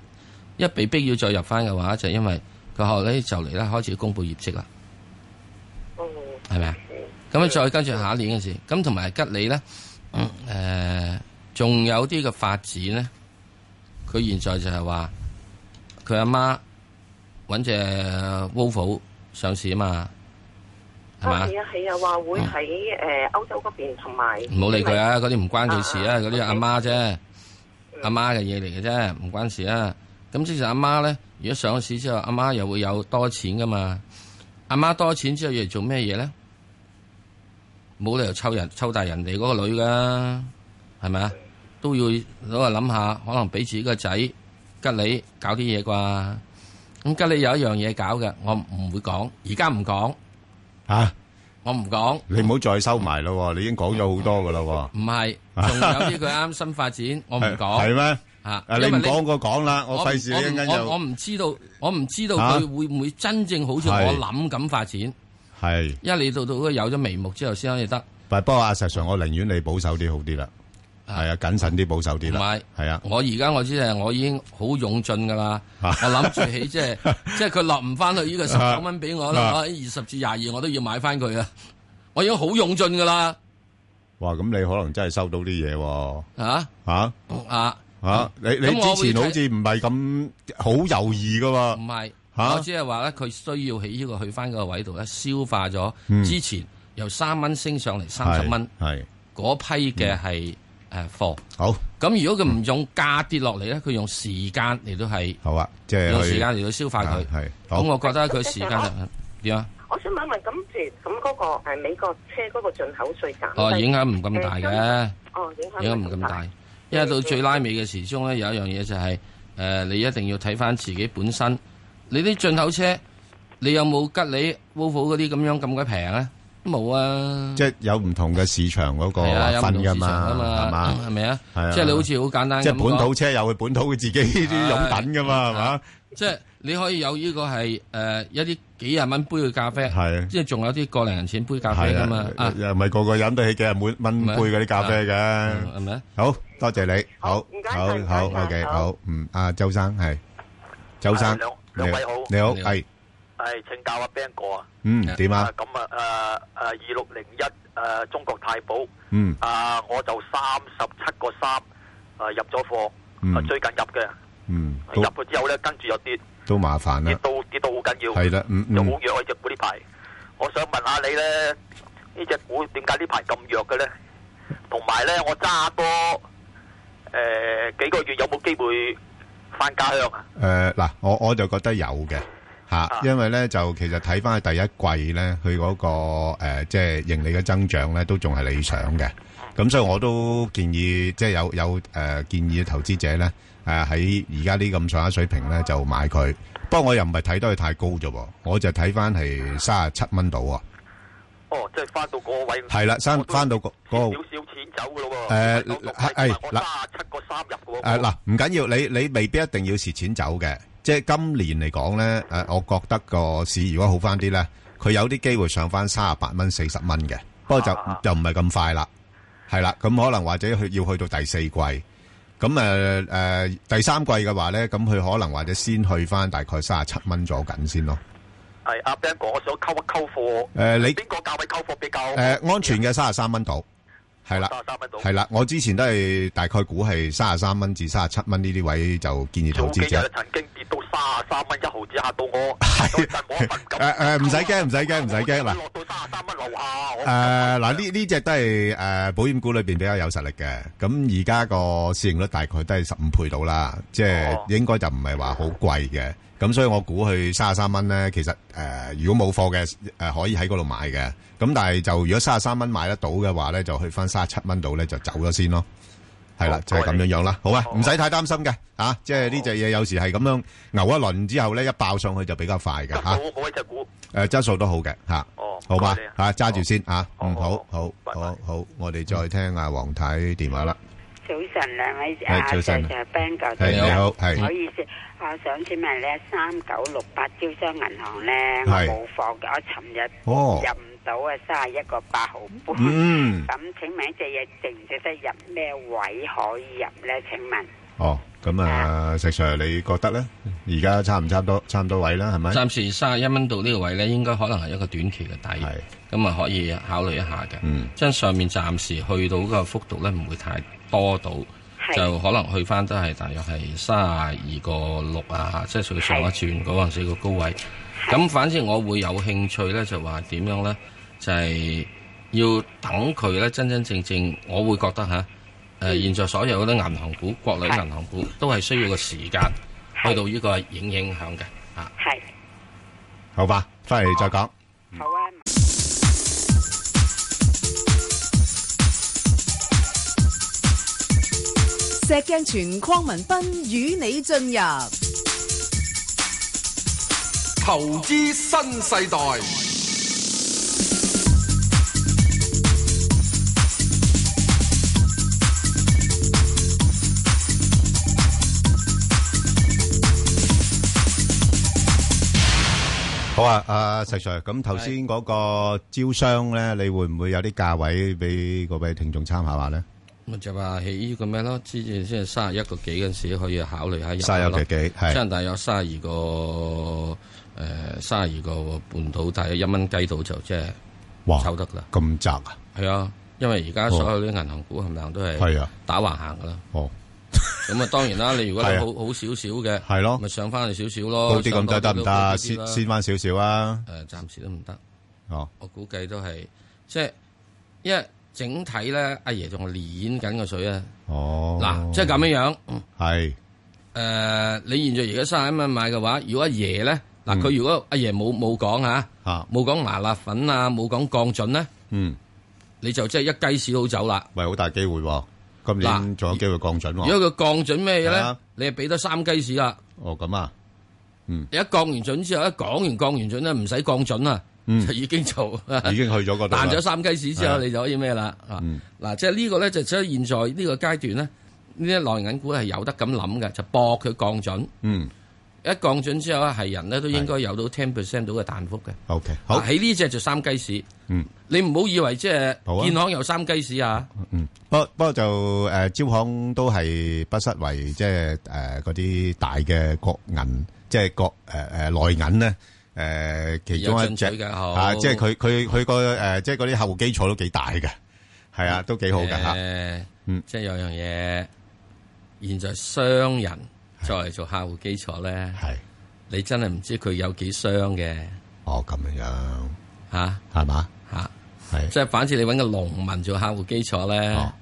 E: 一被逼要再入翻嘅話，就因為佢後咧就嚟咧開始公布業績啦，
I: 嗯，
E: 係咪啊？咁啊，再跟住下一年嘅事，咁同埋吉利咧，誒、仲有啲嘅發展咧，佢現在就係話佢阿媽揾只 Wolf 上市啊嘛，係嘛？
I: 啊係啊係啊，話會喺誒歐洲嗰邊同埋呃
E: 唔好理佢啊，嗰啲唔關佢事啊，
I: 啊
E: 嗰啲阿
I: OK
E: 媽啫，阿媽嘅嘢嚟嘅啫，唔關事啊。咁即係阿媽咧，如果上咗市之後，阿媽又會有多錢噶嘛？阿媽多錢之後要嚟做咩嘢咧？冇理由抽人抽大人哋嗰個女噶，係咪啊？都要攞嚟諗下，可能俾自己個仔吉你搞啲嘢啩。咁吉你有一樣嘢搞嘅，我唔會講，而家唔講，我唔講。
D: 嚇，你唔好再收埋咯喎，你已經講咗好多㗎喇喎。
E: 唔係，仲有啲佢啱新發展，我唔講
D: 係咩？
E: 嚇，
D: 啊，你
E: 因為
D: 唔講過講啦，我
E: 我唔
D: 費事你
E: 我
D: 一陣
E: 唔
D: 間
E: 我
D: 又-
E: 我唔知道，我唔知道
D: 啊
E: 佢會唔會真正好似我
D: 係
E: 諗咁發展，因為你到到佢有咗眉目之後先可以得。
D: 啊係，不過阿石Sir，我寧願你保守啲好啲啦。
E: 同
D: 係啊，謹慎啲，保守啲啦。
E: 埋
D: 係啊，
E: 我而家我知係我已經好勇進㗎啦，我諗住起即係 即係佢落唔翻去呢個十九蚊俾我啦，
D: 啊啊
E: 我二十至廿二我都要買翻佢啊！我已經好勇進㗎啦，
D: 哇，咁你可能真係收到啲嘢喎，嚇？
E: 嚇啊！
D: 嚇，你-你
E: 咁我
D: 之
E: 會
D: 前
E: 睇-
D: 好似唔係咁-好猶豫㗎喎。
E: 唔係，
D: 嚇
E: 我只係話咧，佢需要喺呢個去翻個位度咧，消化咗
D: 嗯
E: 之前由三蚊升上嚟三十蚊嗰批
D: 嗯
E: 嘅係
D: 係，係。
E: 誒貨。
D: 好，好啊，即係
E: 咁如果佢唔用價跌落嚟咧，佢用時間嚟到係用
D: 去-
E: 時間嚟到消化佢。
D: 啊係，好。
E: 咁我覺得佢時間就點啊？
I: 我想問一問，咁譬如咁嗰個誒美國車嗰個進口税減低
E: 哦，影響唔咁大嘅。
I: 哦影 響
E: 影響唔咁大，因為到最拉尾嘅時鐘咧，有一樣嘢就係、诶你一定要睇翻自己本身，你啲進口車，你有冇吉利、Volvo 嗰啲咁樣咁鬼平咧？冇啊，
D: 即係有唔同嘅市場嗰個
E: 係啊，有唔同市
D: 分㗎嘛，
E: 場啊
D: 係嘛？
E: 嘛，係咪啊
D: 係啊？
E: 即係你好似好簡單咁講
D: 即係本土車有佢本土嘅自己啲擁躉㗎嘛，
E: 即係你可以有呢個係誒一啲幾廿蚊杯嘅咖啡，
D: 係啊
E: 即係仲有啲個零銀錢杯咖啡
D: 係嘛？係啊，
E: 噶嘛，啊，
D: 又唔係個個飲得起幾十蚊-蚊杯嗰啲咖啡嘅。
E: 係咪啊？
D: 好，多謝你，好，
I: 唔該晒，
D: 好，
I: 唔該晒，
D: 好，OK，
I: 好。
D: 好，嗯，啊，周生，係。周生，
F: 啊，兩-兩位
D: 你好，
F: 好。
D: 你好，
E: 你好。
F: 係請教阿 Ben 哥啊，
D: 係，嗯，點啊？
F: 啊咁啊誒誒二六零一誒中國太保
D: 嗯，
F: 啊，我就三十七個三誒入咗貨，
D: 嗯
F: 啊最近入嘅，
D: 嗯，都-
F: 入咗之後咧跟住又跌，
D: 都麻煩啦，
F: 跌到跌到好緊要，
D: 係啦，嗯，嗯，
F: 又好弱呢只股呢排。我想問下你咧，呢只股點解呢排咁弱嘅咧？同埋咧，我揸多 Ờ, 誒幾個月有冇機會翻家鄉啊？
D: 呃誒，嗱，我-我就覺得有嘅，嚇，
F: 啊。
D: 呃因為呢，就其實睇返第一季呢，佢嗰個，誒，即係盈利嘅增長呢，都仲係理想嘅。
F: 嗯
D: 咁所以我都建議，即係有有誒、呃建議投資者咧誒喺而家呢咁上下水平咧就買佢。不過我又唔係睇得佢太高啫喎，我就睇翻係三十七蚊度喎。
F: 哦，即係翻到嗰個位，
D: 係啦，三
F: 我都
D: 翻到嗰、嗰個
F: 少少錢走嘅咯
D: 誒
F: 喎。誒
D: 係係
F: 我
D: 嗱
F: 卅七個三入嘅喎。
D: 誒呃嗱，唔緊要，你你未必一定要蝕錢走嘅。即係今年嚟講咧，誒、我覺得個市如果好翻啲咧，佢有啲機會上翻三十八蚊、四十蚊嘅。不過就
F: 啊
D: 就唔係咁快啦，係啦，咁可能或者去要去到第四季。咁誒誒第三季嘅話咧，咁佢可能或者先去翻大概三十七蚊左緊先咯。
F: 係阿 Ben 哥，我想溝一溝貨。
D: 誒你
F: 邊個價位溝貨比較？
D: 誒、安
F: Dạ.
D: 全嘅三十三蚊度，係啦
F: 啊三十三蚊到。
D: 係啦，我之前都係大概估係三十三蚊至三十七蚊呢啲位就建議投
F: 早幾
D: 資
F: 日
J: 啊
D: 者。
F: 曾經跌到三
D: 啊
F: 十三蚊一毫子，嚇到我，嗰陣我一份唔敢。
J: 啊
D: 誒誒唔使驚唔使驚唔使驚嗱
F: 落到三十三蚊落做啊？我
D: 诶，呃嗱呢呢只都係诶保險股裏边比較有實力嘅，咁而家個市盈率大概都係十五倍到啦，即係
F: 哦
D: 應該就唔係話好貴嘅，咁所以我估佢三十三蚊咧，其實诶、呃如果冇貨嘅诶、呃可以喺嗰度買嘅，咁但係就如果三十三蚊買得到嘅話咧，就去翻三十七蚊度咧就走咗先咯。係啦
F: 哦好，
D: 就係咁
F: 多謝
D: 樣樣啦，好啊，
F: 好
D: 唔使太擔心嘅，啊，即係呢只嘢有時係咁樣牛一輪之後咧，一爆上去就比較快嘅 吓，
F: 質
D: 诶、
F: 素好好一隻股，
D: 質素都好嘅吓。
F: 哦，
D: 好嘛
F: 唔該你啊，
D: 吓揸住先吓，
F: 好
D: 嗯，好
F: 好
D: 好
F: 拜拜
D: 好好，我哋再聽阿黃太電話啦，
K: 早晨，兩位
D: 係
K: 啊，
D: 早
K: 就
D: 晨
K: 就 Ben 哥，
D: 係
E: 你
D: 你
E: 好
D: 好，
K: 唔
D: 係
K: 好意思，我想請問咧，三九六八招商銀行咧，我
D: 係
K: 冇貨嘅，我尋日
D: 哦，
K: 入唔到啊，三十一個八毫半。
D: Ừ. 嗯，
K: 咁請問呢只嘢值唔值得入？咩位可以入咧？請問
D: 哦，咁啊，石 Sir 你覺得咧？而家差唔差唔多差唔多位啦，係咪？
E: 暫時三十一蚊到呢個位咧，應該可能係一個短期嘅底
D: 係，
E: 咁啊可以考慮一下嘅。
D: 嗯
E: 將上面暫時去到個幅度咧，唔會太多到，
K: 係
E: 就可能去翻都係大約係三十二個六啊，即係佢上一轉嗰陣時個高位。咁反正我會有興趣咧，就話點樣咧，就係、要等佢咧真真正正，我會覺得嚇。誒、現在所有嗰啲銀行股、國內銀行股嗯都係需要個時間去到呢個影影響嘅嚇。啊
K: 係
D: 好吧，翻嚟再講。
I: 嗯
K: 好啊。
B: 石鏡泉邝文斌與你進入
C: 投資新世代，
D: 好啊，阿石 Sir，咁頭先嗰個招商咧，你會唔會有啲價位俾各位聽眾參考下咧？
E: 咪啊就話喺呢個咩咯，之前先係三十一個幾嗰陣時可以考慮下
D: 三
E: 入
D: 十
E: 下
D: 一
E: 咯
D: 個幾係
E: 即係大約三十二個誒三十二個半到，大約一蚊雞到就即係
D: 哇，
E: 抽得㗎啦。
D: 咁窄啊！
E: 係啊，因為而家所有啲銀行股冚唪唥都
D: 係
E: 係
D: 啊
E: 打橫行㗎啦。
D: 哦，
E: 咁啊，當然啦，你如果你
D: 係啊
E: 好好少少嘅，
D: 係咯
E: 咪上翻去少少咯。
D: 高啲咁多得唔得啊？
E: 上
D: 先
E: 多啲都高啲啦
D: 先翻少少啊！
E: 誒，暫時都唔得。
D: 哦，
E: 我估計都係即係，因為整體咧，阿爺仲攣緊個水啊。
D: 哦，
E: 嗱，即係咁樣樣。
D: 係
E: 誒、你現在而家三十一蚊買嘅話，如果阿爺咧，嗱佢如果阿爺冇冇講嚇，
D: 啊，
E: 冇講麻辣粉啊，冇講降準咧，
D: 嗯。
E: 你就即係一雞屎好走啦。
D: 喂，好大機會喎！今年
E: 嗱
D: 仲有機會降準喎。
E: 如果佢降準咩嘢
D: 哦係
E: 咧
D: 啊，
E: 你係俾多三雞屎啦。
D: 哦，咁啊，
E: 你一降完準之後，一講完降完準咧，唔使降準啦，
D: 嗯
E: 就 已經就
D: 已經去咗嗰度啦
E: 彈咗三雞屎之
D: 係啊
E: 後，你就可以咩啦？啊
D: 嗯
E: 嗱，即係呢個咧，就即係現在呢個階段咧，呢啲內銀股係有得咁諗嘅，就搏佢降準。
D: 嗯
E: 一降準之後咧，係人咧都應該有到 ten percent 到嘅彈幅嘅。
D: ，OK，好，
E: 喺呢只就三雞市，
D: 嗯
E: 你唔好以為即係
D: 好啊
E: 建行有三雞市啊，
D: 嗯，不不過就诶，招行都係不失為即係诶嗰啲大嘅國銀，即係國诶诶內銀咧。诶，其中一隻
E: 有進取嘅好
D: 啊，即係佢佢佢個诶，即係嗰啲客户基礎都幾大嘅，係
E: 嗯
D: 啊，都幾好嘅吓，
E: 誒
D: 嗯
E: 即係有樣嘢，現在商人作為做客戶基礎咧，
D: 係
E: 你真係唔知佢有幾傷嘅
D: 哦咁樣
E: 嚇
D: 係嘛，
E: 嚇，
D: 係
E: 即係反正你揾個農民做客戶基礎咧
D: 哦，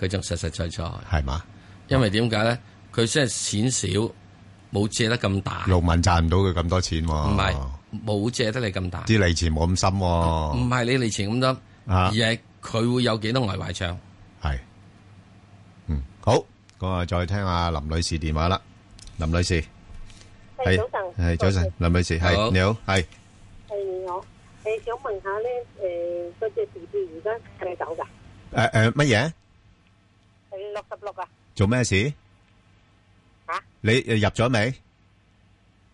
E: 佢仲實實在在，
D: 係嘛，
E: 因為點解咧？佢真係錢少，冇借得咁大，
D: 農民賺唔到佢咁多錢
E: 唔
D: 喎，
E: 係冇借得你咁大，
D: 啲利錢冇咁深喎，
E: 唔係你利錢咁多，
D: 哦啊
E: 而係佢會有幾多外壞帳。
D: 系，嗯，好，咁啊，再听下林女士电话啦。林女士，系
I: 係早晨，
D: 系早晨，林女士，系
E: 好
D: 你好，系
I: 係我誒想問下咧，誒嗰只 B B 而家係咪走㗎？
D: 诶诶乜嘢？
I: 係六十六啊，
D: 做咩事？
I: 嚇
D: 你呃入咗未？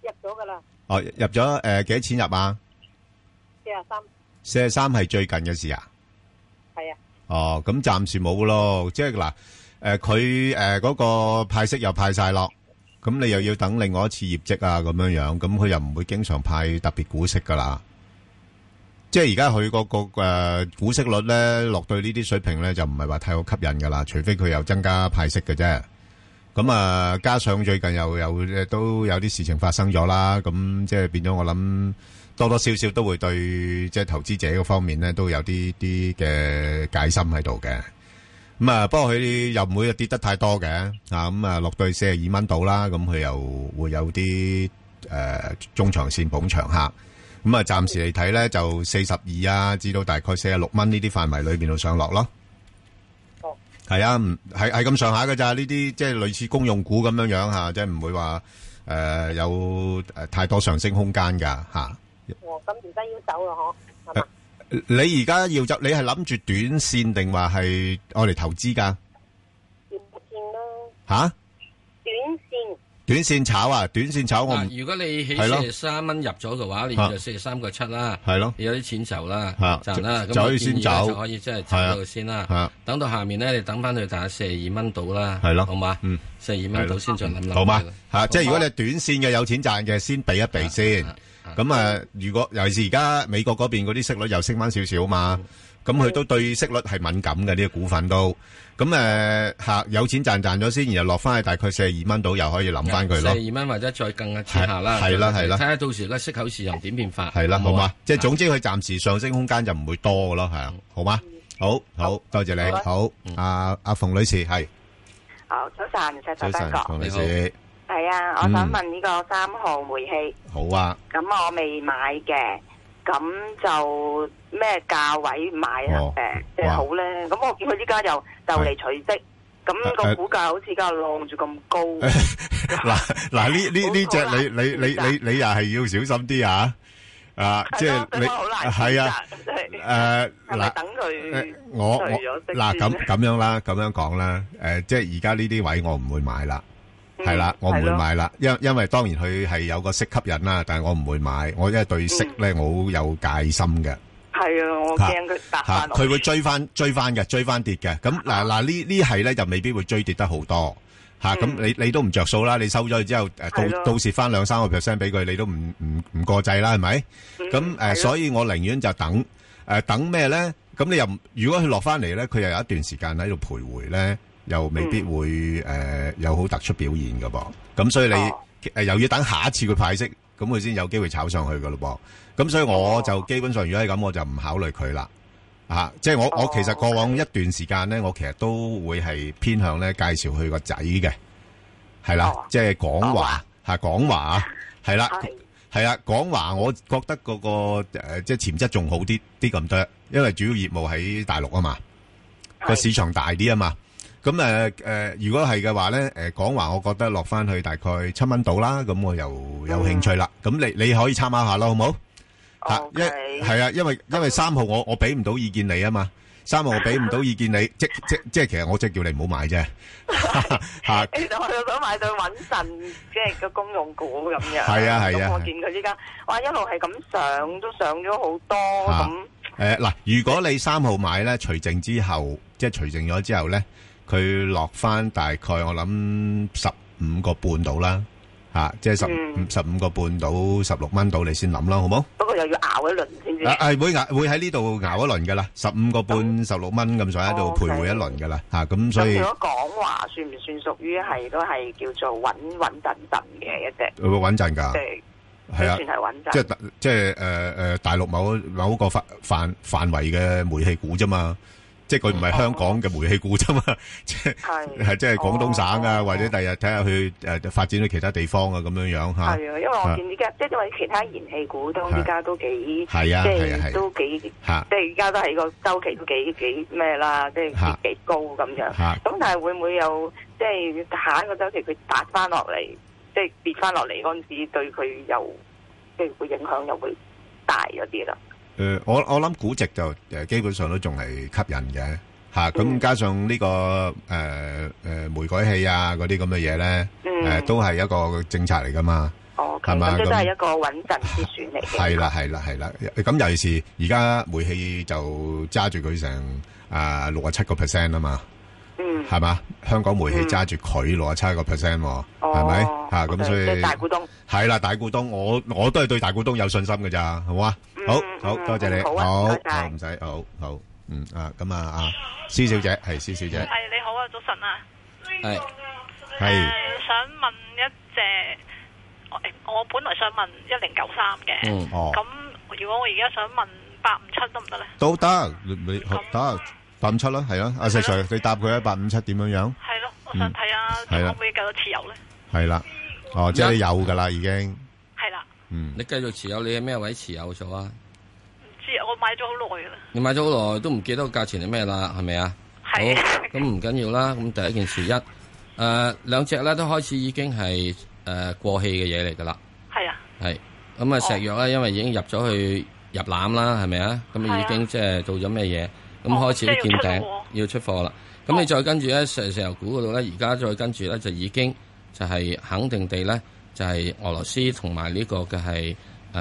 I: 入咗㗎啦，
D: 哦，入咗诶几多钱入啊？
I: 四啊三，
D: 四十三系最近嘅事啊？
I: 係啊，
D: 哦，咁暫時冇咯，即係嗱，誒佢誒嗰個派息又派晒落，咁你又要等另外一次業績啊咁樣樣，咁佢又唔會經常派特別股息噶啦。即係而家佢嗰個誒、呃股息率咧落到呢啲水平咧，就唔係話太好吸引噶啦，除非佢又增加派息嘅啫。咁啊，加上最近又有都有啲事情發生咗啦，咁即係變咗我諗多多少少都會對即係投資者嗰方面咧都有啲啲嘅戒心喺度嘅。咁啊，不過佢又唔會跌得太多嘅，啊咁啊落到去四十二蚊度啦，咁佢又會有啲誒、呃中長線捧場客。咁啊，暫時嚟睇咧就四十二啊，至到大概四十六蚊呢啲範圍裏邊度上落咯。係啊，唔係係咁上下嘅咋？呢啲即係類似公用股咁樣樣嚇，即係唔會話誒、呃有誒太多上升空間㗎嚇。
I: 哦，咁而家要走咯，嗬，
D: 啊
I: 係嘛？
D: 你而家要入，你係諗住短線定話係愛嚟投資㗎？
I: 短線咯，
D: 吓、
I: 短線
D: 短線炒啊，短線炒我唔
E: 嗱，如果你起
D: 係咯
E: 四十三蚊入咗嘅話，你
D: 啊
E: 就四十三個七啦，
D: 係咯
E: 有啲錢就啦
D: 啊，
E: 賺啦，
D: 就
E: 咁
D: 就可以
E: 我建議
D: 先走
E: 咧就可以即係走
D: 係啊
E: 到先
D: 啊
E: 啦。等到下面咧，你等翻去大概四十二蚊到啦，
D: 係咯
E: 好嘛？
D: 嗯，
E: 四十二蚊到先再諗諗。
D: 好嘛？吓、即係如果你短線嘅有錢賺嘅，先避一避先。咁啊，如果尤其是而家美國嗰邊嗰啲息率又升翻少少嘛，咁佢都對息率係敏感嘅呢、個股份都。咁誒吓有錢賺賺咗先，然後落翻去大概四十二蚊度，又可以諗翻佢咯
E: 四。十二蚊或者再更加之下啦，
D: 係係啦係啦
E: 睇下到時咧息口市場點變化，
D: 係啦，好嘛
E: 啊？
D: 即係總之佢暫時上升空間就唔會多嘅咯，係啊，好嘛？好好，多謝你，好，啊阿阿馮女士係，
L: 好，哦早晨，石
D: 早
L: 頭
D: 晨，嗯
L: 德
D: 馮
L: 哥，
D: 女士，
L: 系啊，我想問呢個三號煤氣，
D: 好 啊。
L: 咁我未買嘅，咁就咩價位買啊
D: 哦？
L: 诶，即係好咧。咁我見佢依家又就嚟取息，咁
D: 誒
L: 個股價好似而家晾住咁高，
D: 嗱嗱呢呢呢只你你你你你又係要小心啲啊！啊， 即係你係啊，誒嗱，
L: 等
D: Ờ,
L: 佢
D: 我我
L: 除咗息
D: 嗱
L: 先
D: 咁咁樣啦，咁樣講啦，誒，即係而家呢啲位我唔會買啦。係啦，我唔會買啦，因因為當然佢係有個息吸引啦，但係我唔會買，我因為對息咧我好有戒心嘅。
L: 係啊，我驚佢搭
D: 吓，
L: 翻落。
D: 佢會追翻追翻嘅，追翻跌嘅。咁嗱嗱呢呢係咧就未必會追跌得好多吓。咁、你你都唔着數啦，你收咗佢之後，诶
M: 係咯
D: 到到时翻兩三個 percent 俾佢，你都唔唔唔过制啦，係咪？咁诶、誒所以我寧願就等诶、誒呃等咩咧？咁你又唔如果佢落翻嚟咧，佢又有一段時間喺度徘徊咧，又未必會诶、誒有好突出表現嘅噃。咁所以你诶、誒又要等下一次佢派息，咁佢先有機會炒上去嘅咯噃。咁所以我就基本上如果係咁，我就唔考慮佢啦。啊，即係我我其實過往一段時間咧，我其實都會係偏向咧介紹佢個仔嘅，係啦，即係廣華嚇廣華啊係啦，係啦，廣華我覺得嗰、個、呃、即係潛質仲好啲啲咁多，因為主要業務喺大陸啊嘛，個市場大啲啊嘛。咁誒誒，如果係嘅話咧，誒、廣華我覺得落翻去大概七蚊度啦，咁我又有興趣啦。咁、你你可以參考下咯，好冇？吓，因系啊，因为因为三号我我俾唔到意见你啊嘛，三号我俾唔到意见你，即即即系其实我即系叫你唔好买啫， 吓
L: 其實我 就想買對穩陣，即係個公用股咁樣。
D: 係啊係啊
L: 咁我
D: 係
L: 見佢依家，哇一路係咁上，都上咗好多
D: 吓
L: 咁。
D: 诶嗱，如果你三号买咧，除净之后，即系除净咗之后咧，佢落翻大概我谂十五个半到啦，吓，即系十五十五个半到十六蚊到，你先谂啦，好冇？
L: 不過又要熬一輪先至。
D: 啊，係會捱會喺呢度熬一輪噶啦，十五個半、十六蚊咁上下喺度徘徊一輪噶啦，吓咁所
L: 咁
D: 以
L: 如。果講話算唔算屬於係都係叫做穩穩陣陣嘅一隻？
D: 會穩陣㗎
L: 即係
D: 係啊
L: 都算係穩陣。
D: 即係大即係誒誒大陸某某個範範範圍嘅煤氣股啫嘛，即係佢唔係香港嘅煤氣股啫嘛， 即係係即係
L: 哦
D: 廣東省啊，或者第日睇下佢誒發展到其他地方啊咁樣樣嚇。
L: 係啊，因為我見依家即係因為其他燃氣股都
D: 係
L: 依家都幾，
D: 係啊
L: 即
D: 係啊係啊
L: 係都幾，即
D: 嚇
L: 係而家都係個周期都幾幾咩啦，即係
D: 嚇
L: 幾高咁樣。
D: 嚇
L: 咁但係會唔會有即係下一個周期佢跌翻落嚟，即係跌翻落嚟嗰陣時對佢又即係會影響又會大咗啲啦？
D: 誒、我我諗估值就誒、基本上都仲係吸引嘅嚇，咁、
L: 嗯
D: 加上呢、個誒誒、煤改氣啊嗰啲咁嘅嘢咧，
L: 嗯
D: 誒、都係一個政策嚟噶嘛，係
L: 哦咁即係都係一個穩陣之選嚟嘅。
D: 係啦，係啦，係啦。咁尤其是而家煤氣就揸住佢成啊六啊七個 percent 啊嘛，
L: 嗯，
D: 係嘛？香港煤氣揸住佢六啊七個 percent 喎，係咪嚇？咁所
L: 哦即係
D: 以
L: 大股東。
D: 係啦，大股東，我我都係對大股東有信心嘅咋，好嘛？好好，多謝你，
N: 好啊
D: 好，
N: 唔該晒
D: 好唔使，好好，嗯啊，咁啊啊，施小姐係施小
N: 系
D: 姐，
N: 你好啊，早晨啊，
D: 係
N: 诶
D: 係，
N: 想
M: 哦
N: 問一隻，我我本來想問一零九三嘅，
D: 嗯哦
N: 咁
M: 如果我而家想問八五七得唔得咧？
D: 都得，你你得八五七啦，係啦，阿石 Sir，你答佢啊，八五七點樣樣？
M: 係咯，我想睇下
D: 嗯係啦
M: 可唔可以繼續持有咧？
D: 係啦，哦，即係你有噶啦，已經。
M: 係啦，
D: 嗯，
E: 你繼續持有，你喺咩位持有咗啊？
M: 唔知啊我買咗好耐噶啦，
E: 你買咗好耐都唔記得個價錢係咩啦，係咪啊？好，咁唔緊要啦。咁第一件事一，誒、呃兩隻咧都開始已經係誒、呃、過氣嘅嘢嚟㗎啦。
M: 係啊，
E: 係咁啊，石藥咧，因為已經入咗去入攬啦，係咪啊？咁啊已經即係做咗咩嘢？咁開始都見頂，要出貨啦。咁你再跟住咧，石石油股嗰度咧，而家再跟住咧，就已經就係肯定地咧，就係俄羅斯同埋呢個嘅係誒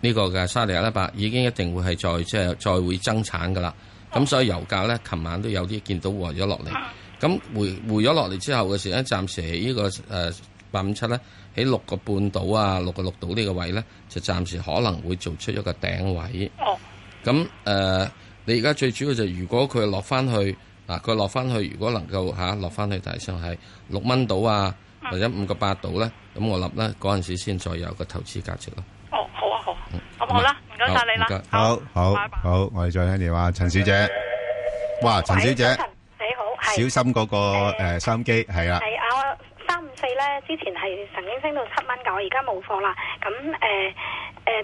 E: 呢個嘅沙地阿拉伯已經一定會係再即係再會增產噶啦。咁所以油價咧，琴晚都有啲見到回咗落嚟。咁回回咗落嚟之後嘅時咧，暫時喺呢、個誒八五七咧，喺六個半島啊，六個六島呢個位咧，就暫時可能會做出一個頂位。
M: 哦。
E: 咁誒、呃你而家最主要就係如果佢落翻去嗱，佢落翻去，如果能夠嚇、落翻去，大上係六蚊到啊，或者五個八到咧，咁我諗咧嗰陣時先再有個投資價值咯。
M: 哦，好啊，好啊，咁好啦，唔該晒你啦，
D: 嗯好好好，我哋再聽電話，陳小姐。哇，陳小姐，
I: 你好，
D: 小
I: 係
D: 心嗰個誒收音機，係啦，
I: 係啊，我三五四咧之前係曾經升到七蚊㗎，我而家冇貨啦。咁誒誒，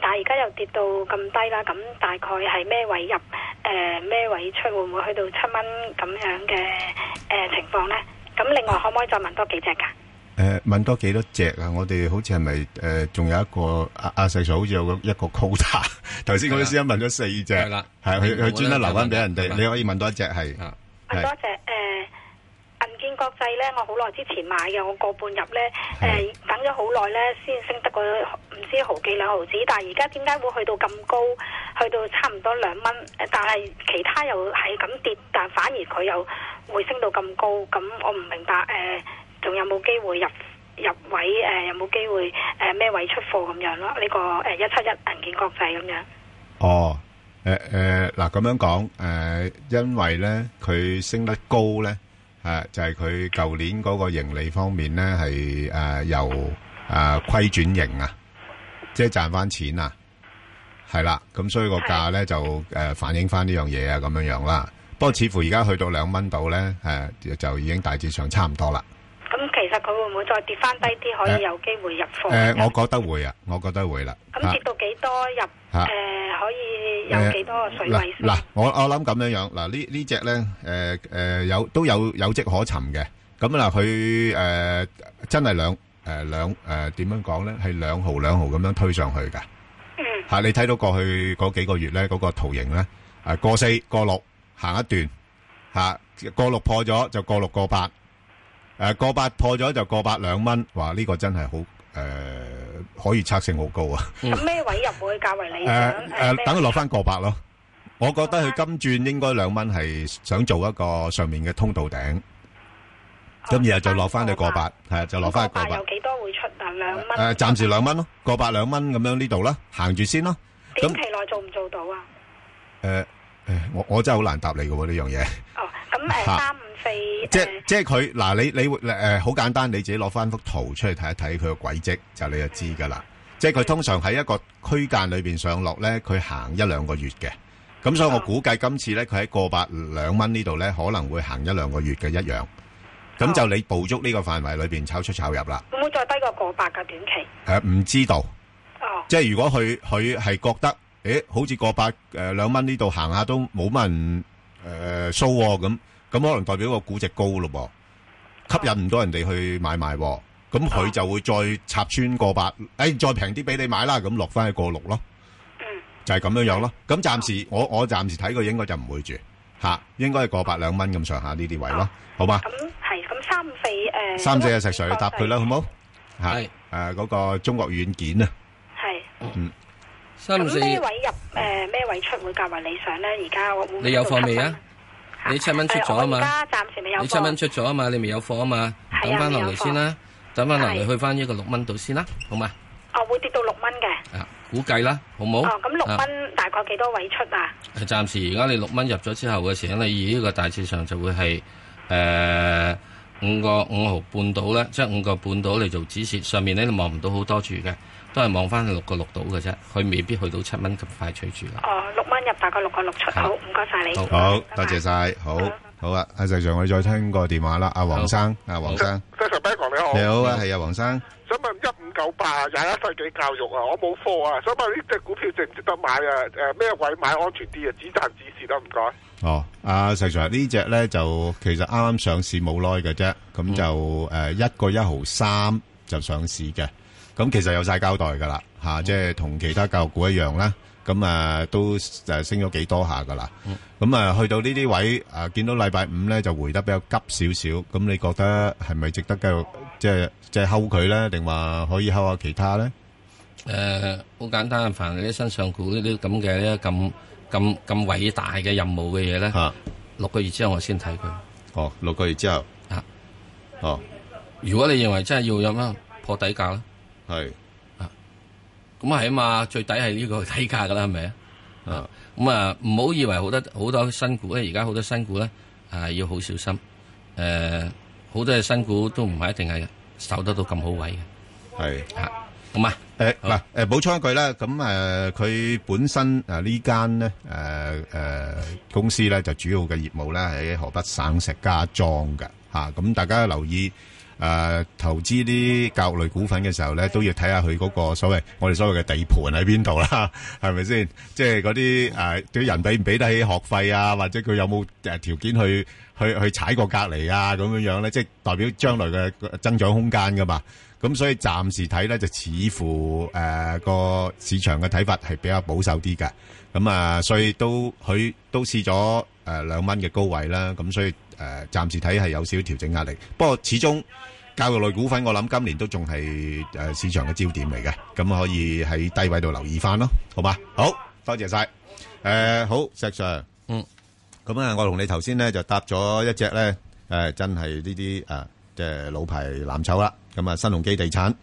I: 但係而家又跌到咁低啦。咁大概係咩位入？誒、呃咩位出？會唔會去到七蚊咁樣嘅誒、呃情況咧？咁另外可唔可以再問多幾隻㗎？
D: 誒問多幾多隻啊？我哋好似係咪誒仲有一個阿阿細嫂好似有個一個 quota？頭先我都先問咗四隻，
E: 係啦
D: 係佢佢專登留翻俾人
E: 係
D: 哋，
E: 啦
D: 你可以問多一隻係，
I: 問
D: 係
I: 多隻誒、銀建國際咧，我好耐之前買嘅，我個半入咧誒、等咗好耐咧，先升得個唔知毫幾兩毫子，但係而家點解會去到咁高，去到差唔多兩蚊？誒但係其他又係咁跌，但反而佢又會升到咁高，咁我唔明白誒，仲、有冇機會入？入位誒、有冇機會誒咩、位出貨咁樣咯？呢、個誒一七一銀建國際咁樣。
D: 哦，誒誒嗱咁樣講，誒、呃因為咧佢升得高咧，誒、就係佢舊年嗰個盈利方面咧係誒由誒、虧轉型啊，即係賺翻錢啊，係啦，咁所以個價咧就誒、反映翻呢樣嘢啊，咁樣樣啦。不過似乎而家去到兩蚊度咧，誒、就已經大致上差唔多啦。
I: 咁其實佢會唔會再跌翻低啲，可以有機會入
D: 誒、
I: 貨咁樣？
D: 我覺得會啊，我覺得會啦。
I: 哦咁
D: 啊
I: 跌到幾多入？誒、
D: 嚇
I: 可以有幾多個水位先？
D: 嗱嗱，我我谂咁樣樣嗱，呢呢只咧，誒誒有都有有跡可尋嘅。咁嗱，佢誒真係兩誒兩誒點樣講咧？係兩毫兩毫咁樣推上去嘅。
I: 嗯。
D: 嚇，你睇到過去嗰幾個月咧，嗰個圖形咧，誒過四過六行一段嚇，過六破咗就過六過八。誒過八破咗就過八兩蚊，哇！呢個真係好誒，可以測性好高啊！
I: 咁咩位入會較為
D: 誒
I: 理想？
D: 誒，呃等佢落翻個百咯。我覺得佢金轉應該兩蚊係想做一個上面嘅通道頂，咁然後就落翻去個百，係啊就落翻去個
I: 八
D: 百
I: 有。幾多會出啊？兩
D: 誒，
I: 蚊。
D: 暫時兩蚊咯，個百兩蚊咁樣呢度啦，行住先咯。
I: 短期內做唔做到啊？
D: 誒誒，呃我我真係好難答你嘅喎呢樣嘢。
I: 哦，咁誒
D: 嚇
I: 三五四
D: 啊即
I: 誒
D: 即係佢嗱，你你會誒好簡單，你自己攞翻幅圖出嚟睇一睇佢嘅軌跡，就你就知㗎啦。即係佢通常喺一個區間裏邊上落咧，佢行一兩個月嘅。咁所以我估計今次咧，佢喺過百兩蚊呢度咧，可能會行一兩個月嘅一樣。咁就你捕捉呢個範圍裏邊炒出炒入啦。
I: 會唔會再低過個百㗎？短期哦
D: 誒唔知道，即係如果佢佢係覺得，誒好似個百誒兩蚊呢度行下都冇乜人誒蘇喎咁，咁可能代表個估值高咯噃，吸引唔到人哋去買賣喎，咁佢就會再插穿個百，誒再平啲俾你買啦，咁落翻去個六咯，就係咁樣樣咯。咁暫時我我暫時睇佢應該就唔會住嚇，應該係個百兩蚊咁上下呢啲位咯，好嘛？
I: 咁係咁三五四誒。
D: 三四嘅石 Sir 你答佢啦，好冇？嚇
E: 係
D: 誒嗰個中國軟件啊，
I: 係。
D: 嗯。
E: 三
I: 咁
E: 四，
I: 咩位入？誒咩位出會較為理想咧？而家我會唔會
E: 你有
I: 到
E: 貨
I: 七
E: 未
I: 蚊？
E: 啊？你七蚊出咗啊嘛？
I: 誒我而家暫時未有貨。
E: 你七蚊出咗啊嘛，你未有貨啊嘛，
I: 係啊
E: 等翻落嚟先
I: 未
E: 啦，等翻落嚟
I: 係
E: 去翻呢個六蚊度先啦，好嘛？
I: 哦，會跌到六蚊嘅。
E: 啊，估計啦，好冇？
I: 哦，咁六
E: 啊
I: 蚊大概幾多位出啊？
E: 暫時而家你六蚊入咗之後嘅時候，你以呢個大致上就會係呃誒五個五毫半到咧，即係五個半到嚟做指示。上面咧你望唔到好多住嘅，都係望翻六個六度嘅啫，佢未必去到七蚊咁快取住啦。
N: 哦，六蚊入大概六個六出，好唔該晒你。
D: 好，多謝晒，好，好啊，阿石 Sir，我哋再聽個電話啦，阿黃生，阿黃生，
J: Sir，Bang 你好。
D: 你好啊，係啊，黃生，
J: 想問一五九八廿一世紀教育啊，我冇貨啊，想問呢只股票值唔值得買啊？誒咩位買安全啲啊？止賺止蝕啦，唔啊該。
D: 哦，阿石 Sir 呢只咧就其實啱啱上市冇耐嘅啫，咁就誒一個一毫三就上市嘅，咁其實有晒交代噶啦，嚇，即係同其他教育股一樣啦。咁啊都誒升咗幾多下噶啦。咁啊去到呢啲位啊，見到禮拜五咧就回得比較急少少。咁你覺得係咪值得繼續即係即係睺佢咧，定話可以睺下其他咧？
E: 誒、呃好簡單，凡係啲新上股呢啲咁嘅呢咁咁咁偉大嘅任務嘅嘢咧，六個月之後我先睇佢。
D: 哦，六個月之後
E: 啊，
D: 哦，
E: 如果你認為真係要有咩破底價咧，
D: 係
E: 啊，咁啊係啊嘛，最底係呢個 底價噶啦，係咪啊？
D: 啊，
E: 咁啊唔好以為好多好多新股咧，而家好多新股咧啊要好小心。誒、好多嘅新股都唔係一定係守得到咁好位嘅。
D: 係
E: 嚇，咁啊。
D: 誒嗱誒，補充一句啦，咁誒佢本身誒呢間咧誒誒公司咧就主要嘅業務咧喺河北省石家莊嘅嚇，咁大家留意誒投資啲教育類股份嘅時候咧，都要睇下佢嗰個所謂我哋所謂嘅地盤喺邊度啦，係咪先？即係嗰啲誒啲人俾唔俾得起學費啊，或者佢有冇誒條件去去去踩過隔離啊咁樣樣咧，即係代表將來嘅增長空間噶嘛。咁所以暫時睇咧，就似乎誒個、市場嘅睇法係比較保守啲嘅。咁啊，所以都佢都試咗誒兩蚊嘅高位啦。咁所以誒、呃、暫時睇係有少少調整壓力。不過始終教育類股份，我諗今年都仲係誒市場嘅焦點嚟嘅。咁可以喺低位度留意翻咯，好嘛？好多謝晒。誒、好，石 Sir。
E: 嗯。
D: 咁啊，我同你頭先咧就搭咗一隻咧，誒、真係呢啲誒即係老牌藍籌啦。咁啊，新鴻基地產。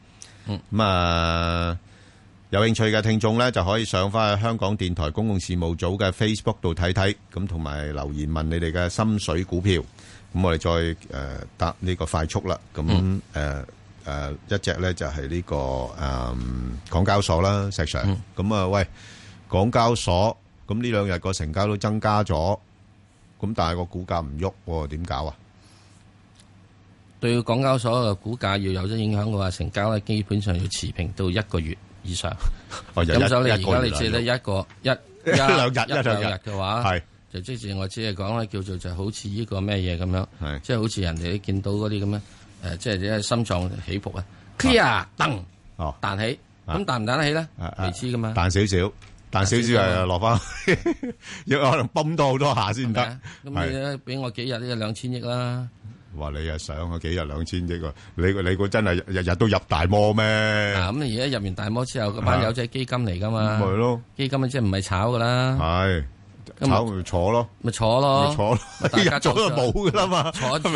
E: 嗯。
D: 咁啊，有興趣嘅聽眾咧，就可以上翻去香港電台公共事務組嘅 Facebook 度睇睇，咁同埋留言問你哋嘅心水股票。咁我哋再誒、呃答呢個快速啦。咁誒誒一隻咧就係呢、個誒、港交所啦，石 Sir。咁啊、喂，港交所咁呢兩日個成交都增加咗，咁但係個股價唔喐喎，點搞啊？
E: 對港交所嘅股價要有咗影響嘅話，成交咧基本上要持平到一個月以上。
D: 哦由
E: 咁
D: 一
E: 所以你
D: 一
E: 而
D: 個月
E: 家你借得
D: 兩
E: 一個一
D: 一 兩日
E: 一
D: 一兩
E: 兩
D: 日
E: 日嘅話，
D: 係
E: 就即係我只係講咧，叫做就好似呢個咩嘢咁樣，即係好似人哋見到嗰啲咁樣誒，即係啲心臟起伏啊，clear 噔
D: 哦
E: 彈起，咁彈唔彈得起咧？未知噶嘛。
D: 啊彈少少，彈少少又落翻， 有可能泵多好多下先得。
E: 啊咁你
D: 係
E: 咧俾我幾日呢？兩千億啦，
D: 話你又上咗幾日兩千億喎？你你估真係日日都入大摩咩？
E: 嗱啊咁你而家入完大摩之後，嗰班
D: 啊
E: 友仔基金嚟噶嘛？
D: 咪係咯，
E: 基金即係唔係炒噶啦？
D: 係炒咪坐咯，
E: 咪坐咯，
D: 咪坐咯
E: 咪大家
D: 入咗就
E: 坐
D: 冇㗎啦嘛
E: 坐 住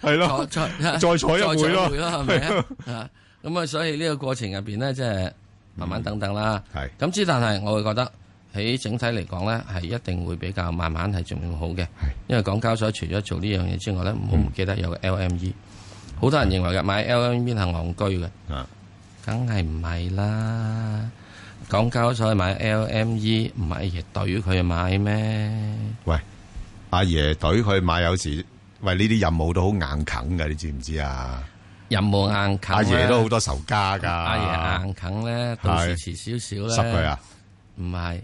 D: 係咯
E: 坐
D: 再坐一會咯
E: 再坐係咪
D: 係
E: 啊啊？咁啊，所以呢個過程入邊咧，即係慢慢等等啦。
D: 係
E: 咁之，但係我會覺得喺整體嚟講咧，係一定會比較慢慢係仲要好嘅，因為港交所除咗做呢樣嘢之外咧，唔好唔記得有個 LME。好多人認為嘅買 LME 係戇居嘅，梗係唔係啦？港交所買 LME 唔係嘢懟佢買咩？
D: 喂，阿爺隊佢買有時，喂呢啲任務都好硬啃㗎，你知唔知啊？
E: 任務硬啃
D: 阿
E: 咧
D: 爺都好多仇家㗎。
E: 阿爺硬啃咧，到時
D: 係
E: 遲少少咧，
D: 濕佢啊！
E: 唔係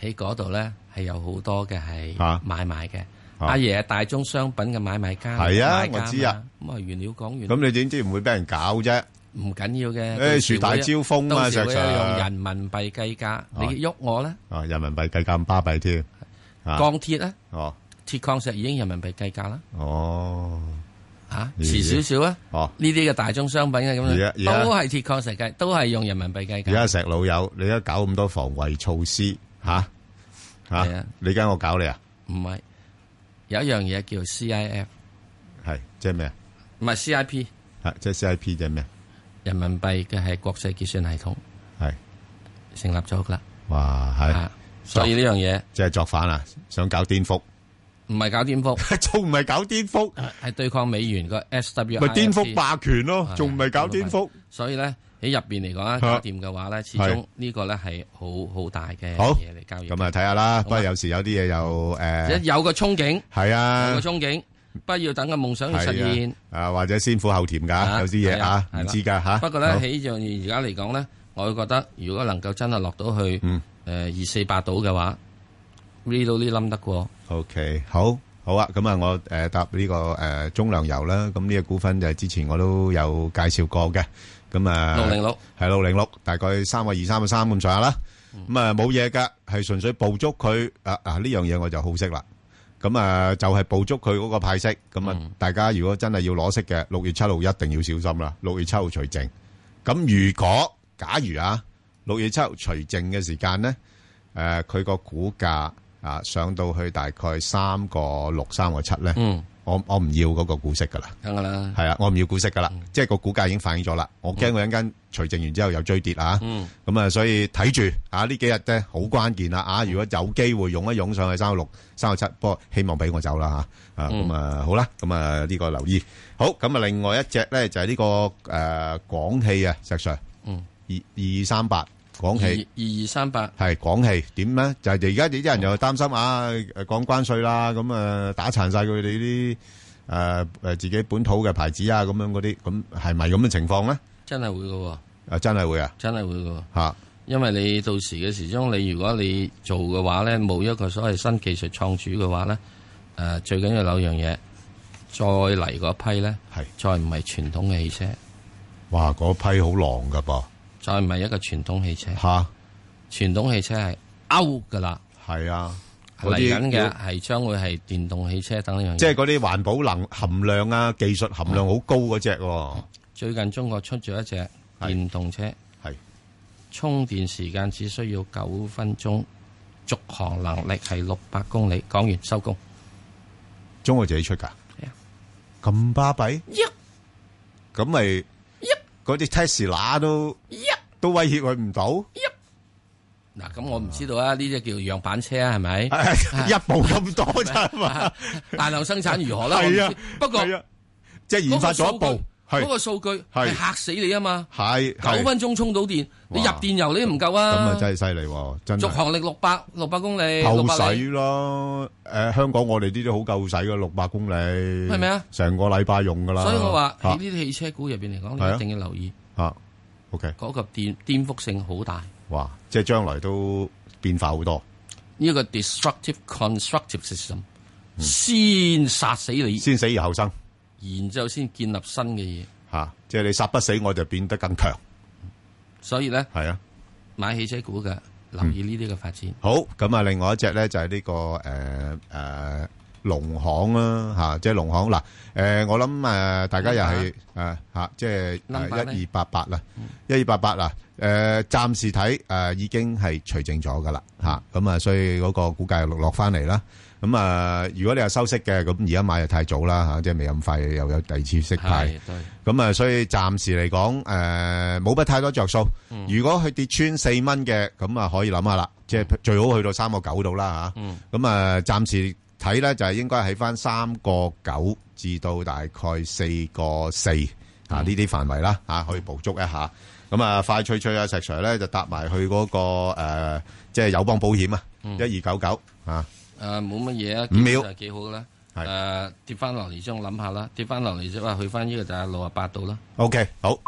E: 喺嗰度咧，係有好多嘅係
D: 啊
E: 買賣嘅。
D: 啊
E: 阿爺係大宗商品嘅買賣家，
D: 係啊
E: 買家嘛
D: 我知啊。
E: 咁啊，原料講完，
D: 咁你點知唔會俾人搞啫？
E: 唔緊要嘅。
D: 誒樹大招風啊
E: 到時會
D: 石 Sir
E: 用人民幣計價，你喐我咧，
D: 啊，人民幣計價咁巴閉添。啊
E: 鋼鐵咧，
D: 哦
E: 鐵礦石已經人民幣計價啦。
D: 哦，
E: 嚇
D: 咦
E: 遲少少啊！
D: 哦，
E: 呢啲嘅大宗商品嘅咁
D: 而家
E: 樣，
D: 而家
E: 都係鐵礦石計，都係用人民幣計
D: 而
E: 價。
D: 家石老友，你而家搞咁多防衞措施吓吓，你而家我搞你啊？
E: 唔係，有一樣嘢叫 CIF，
D: 係即係咩啊？
E: 唔係 CIP。
D: 係即係 CIP 即係咩？啊
E: 人民幣嘅係國際結算系統，
D: 係
E: 成立咗㗎啦。
D: 哇，係
E: 啊，所以呢樣嘢
D: 即係作反啊！想搞顛覆，
E: 唔係搞顛覆，
D: 仲唔係搞顛覆，
E: 係對抗美元個 S W，啊
D: 咪顛覆霸權咯，仲唔係搞顛覆？
E: 所以咧，喺入边嚟講啊，搞掂嘅話咧，始
D: 係
E: 終呢個咧係好好大嘅
D: 好，
E: 嘢嚟交易。
D: 咁啊，睇下啦，不過有時有啲嘢又，誒，
E: 有個憧憬，
D: 係啊，
E: 有個憧憬，不要等個夢想去實
D: 係啊，
E: 現。
D: 啊，或者先苦後甜㗎，
E: 啊
D: 有啲嘢
E: 係啊
D: 啊，
E: 係啦
D: 唔知㗎，嚇。
E: 不過咧
D: 好。
E: 喺樣嘢而家嚟講咧，我會覺得如果能夠真係落到去誒二四八度嘅話 r e 到呢冧得過。
D: 啊呃 OK，好，好啊，咁啊，我，誒，答呢個，誒，中糧油啦，咁呢個股份就係之前我都有介紹過嘅，咁啊，
E: 606
D: 係606，大概3.2 3.3咁上下啦，咁啊，冇嘢㗎，係純粹捕捉佢，啊，啊，呢樣嘢我就好識啦，咁啊，就係捕捉佢嗰個派息，咁啊，大家如果真係要攞息嘅，6月7一定要小心啦，6月7除淨，咁如果-假如啊，6月7除淨嘅時間呢，诶，佢個股價啊上到去大概三個六、三個七咧，我我唔要嗰個股息噶啦，
E: 梗噶啦，
D: 係啊，我唔要股息噶啦，
E: 嗯
D: 即係個股價已經反映咗啦，我驚佢一間除淨完之後又追跌啊，
E: 嗯
D: 咁啊，所以睇住啊呢幾日咧好關鍵啦
E: 嗯
D: 啊，如果有機會湧一湧上去三個六、三個七，不過希望俾我走啦吓，啊
E: 嗯
D: 咁啊好啦，咁啊呢個留意，好咁啊另外一隻咧就係呢個诶廣汽啊，石 Sir，
E: 嗯，
D: 二二三八廣汽。
E: 二二三八。
D: 系港氣點咧？就係而家啲人又擔心啊，誒講關税啦，咁啊打殘晒佢哋啲誒誒自己本土嘅牌子啊，咁樣嗰啲，咁係咪咁嘅情況咧？
E: 真係會嘅喎，
D: 啊真係會啊，
E: 真係會嘅喎。
D: 嚇，
E: 因為你到時嘅時鐘，你如果你做嘅話咧，冇一個所謂新技術創主嘅話咧，誒、最緊要有樣嘢，再嚟嗰批咧，
D: 係
E: 再唔係傳統嘅汽車，
D: 哇嗰批好狼噶噃，
E: 再唔係一個傳統汽車
D: 嚇，
E: 傳統汽車係 out 噶啦，
D: 係啊，
E: 嚟
D: 嗰啲
E: 緊
D: 要
E: 嘅係將會係電動汽車等呢樣嘢。
D: 即係嗰啲環保能含量啊、技術含量好高嗰只喎，
E: 最近中國出咗一隻電動車，
D: 係
E: 充電時間只需要九分鐘，續航能力係六百公里。講完收工，
D: 中國自己出㗎
E: 係啊，
D: 咁巴閉，咁咪嗰啲 Tesla 都都威脅佢唔到。
E: 嗱咁我唔知道啊，呢啲叫樣板車啊，係咪？
D: 一步咁多咋嘛？
E: 大量生產如何啦？
D: 係啊
E: 我唔知 不過
D: 即係研發咗一步係
E: 嗰個數據
D: 係
E: 係嚇死你啊嘛！
D: 係
E: 九分鐘充到電，你入電油你都唔夠
D: 咁
E: 啊
D: 啊！真係犀利喎，真
E: 續
D: 係
E: 航力六百六百公里，六
D: 夠
E: 百
D: 使咯。誒，香港我哋呢啲好夠使噶，六百公里係
E: 咪啊？
D: 成個禮拜用噶啦。
E: 所以我話
D: 嚇
E: 喺呢啲汽車股入邊嚟講，
D: 係啊
E: 你一定要留意
D: 嚇，OK，
E: 嗰個顛顛覆性好大。
D: 哇！即係將來都變化好多。
E: 呢個 destructive constructive system
D: 嗯
E: 先殺死你，
D: 先死而後生，
E: 然之後先建立新嘅嘢。
D: 嚇，即係你殺不死我就變得更強。
E: 所以咧，
D: 係啊，
E: 買汽車股嘅留意呢啲嘅發展。
D: 好，咁啊，另外一隻咧就係呢、個誒誒農行啦嚇、即係農行嗱誒、呃我諗誒、大家又係誒嚇，即係呃
E: 冧
D: 一二八八啦，一二八八啦誒，暫時睇誒、呃已經係除淨咗噶啦嚇，咁啊，所以嗰個股價又落落翻嚟啦。咁啊，如果你係收息嘅，咁而家買就太早啦嚇，即係未咁快又有第二次息派。
E: 係對。
D: 咁啊，所以暫時嚟講，誒冇乜太多着數。
E: 嗯
D: 如果佢跌穿四蚊嘅，咁啊可以諗下啦，即係最好去到三個九度啦
E: 嗯
D: 嚇。咁啊，暫時睇咧就係應該喺翻三個九至到大概四個四啊呢啲範圍啦嚇，可以捕捉一下。咁啊，快脆脆啊，石 Sir 咧就搭埋去嗰個誒，即係友邦保險啊，
E: 嗯
D: 一二九九啊，
E: 誒冇乜嘢啊，
D: 五秒
E: 就幾好啦。誒跌翻落嚟，將諗下啦，跌翻落嚟即係話去翻呢個就係六啊八度啦。
D: OK，好。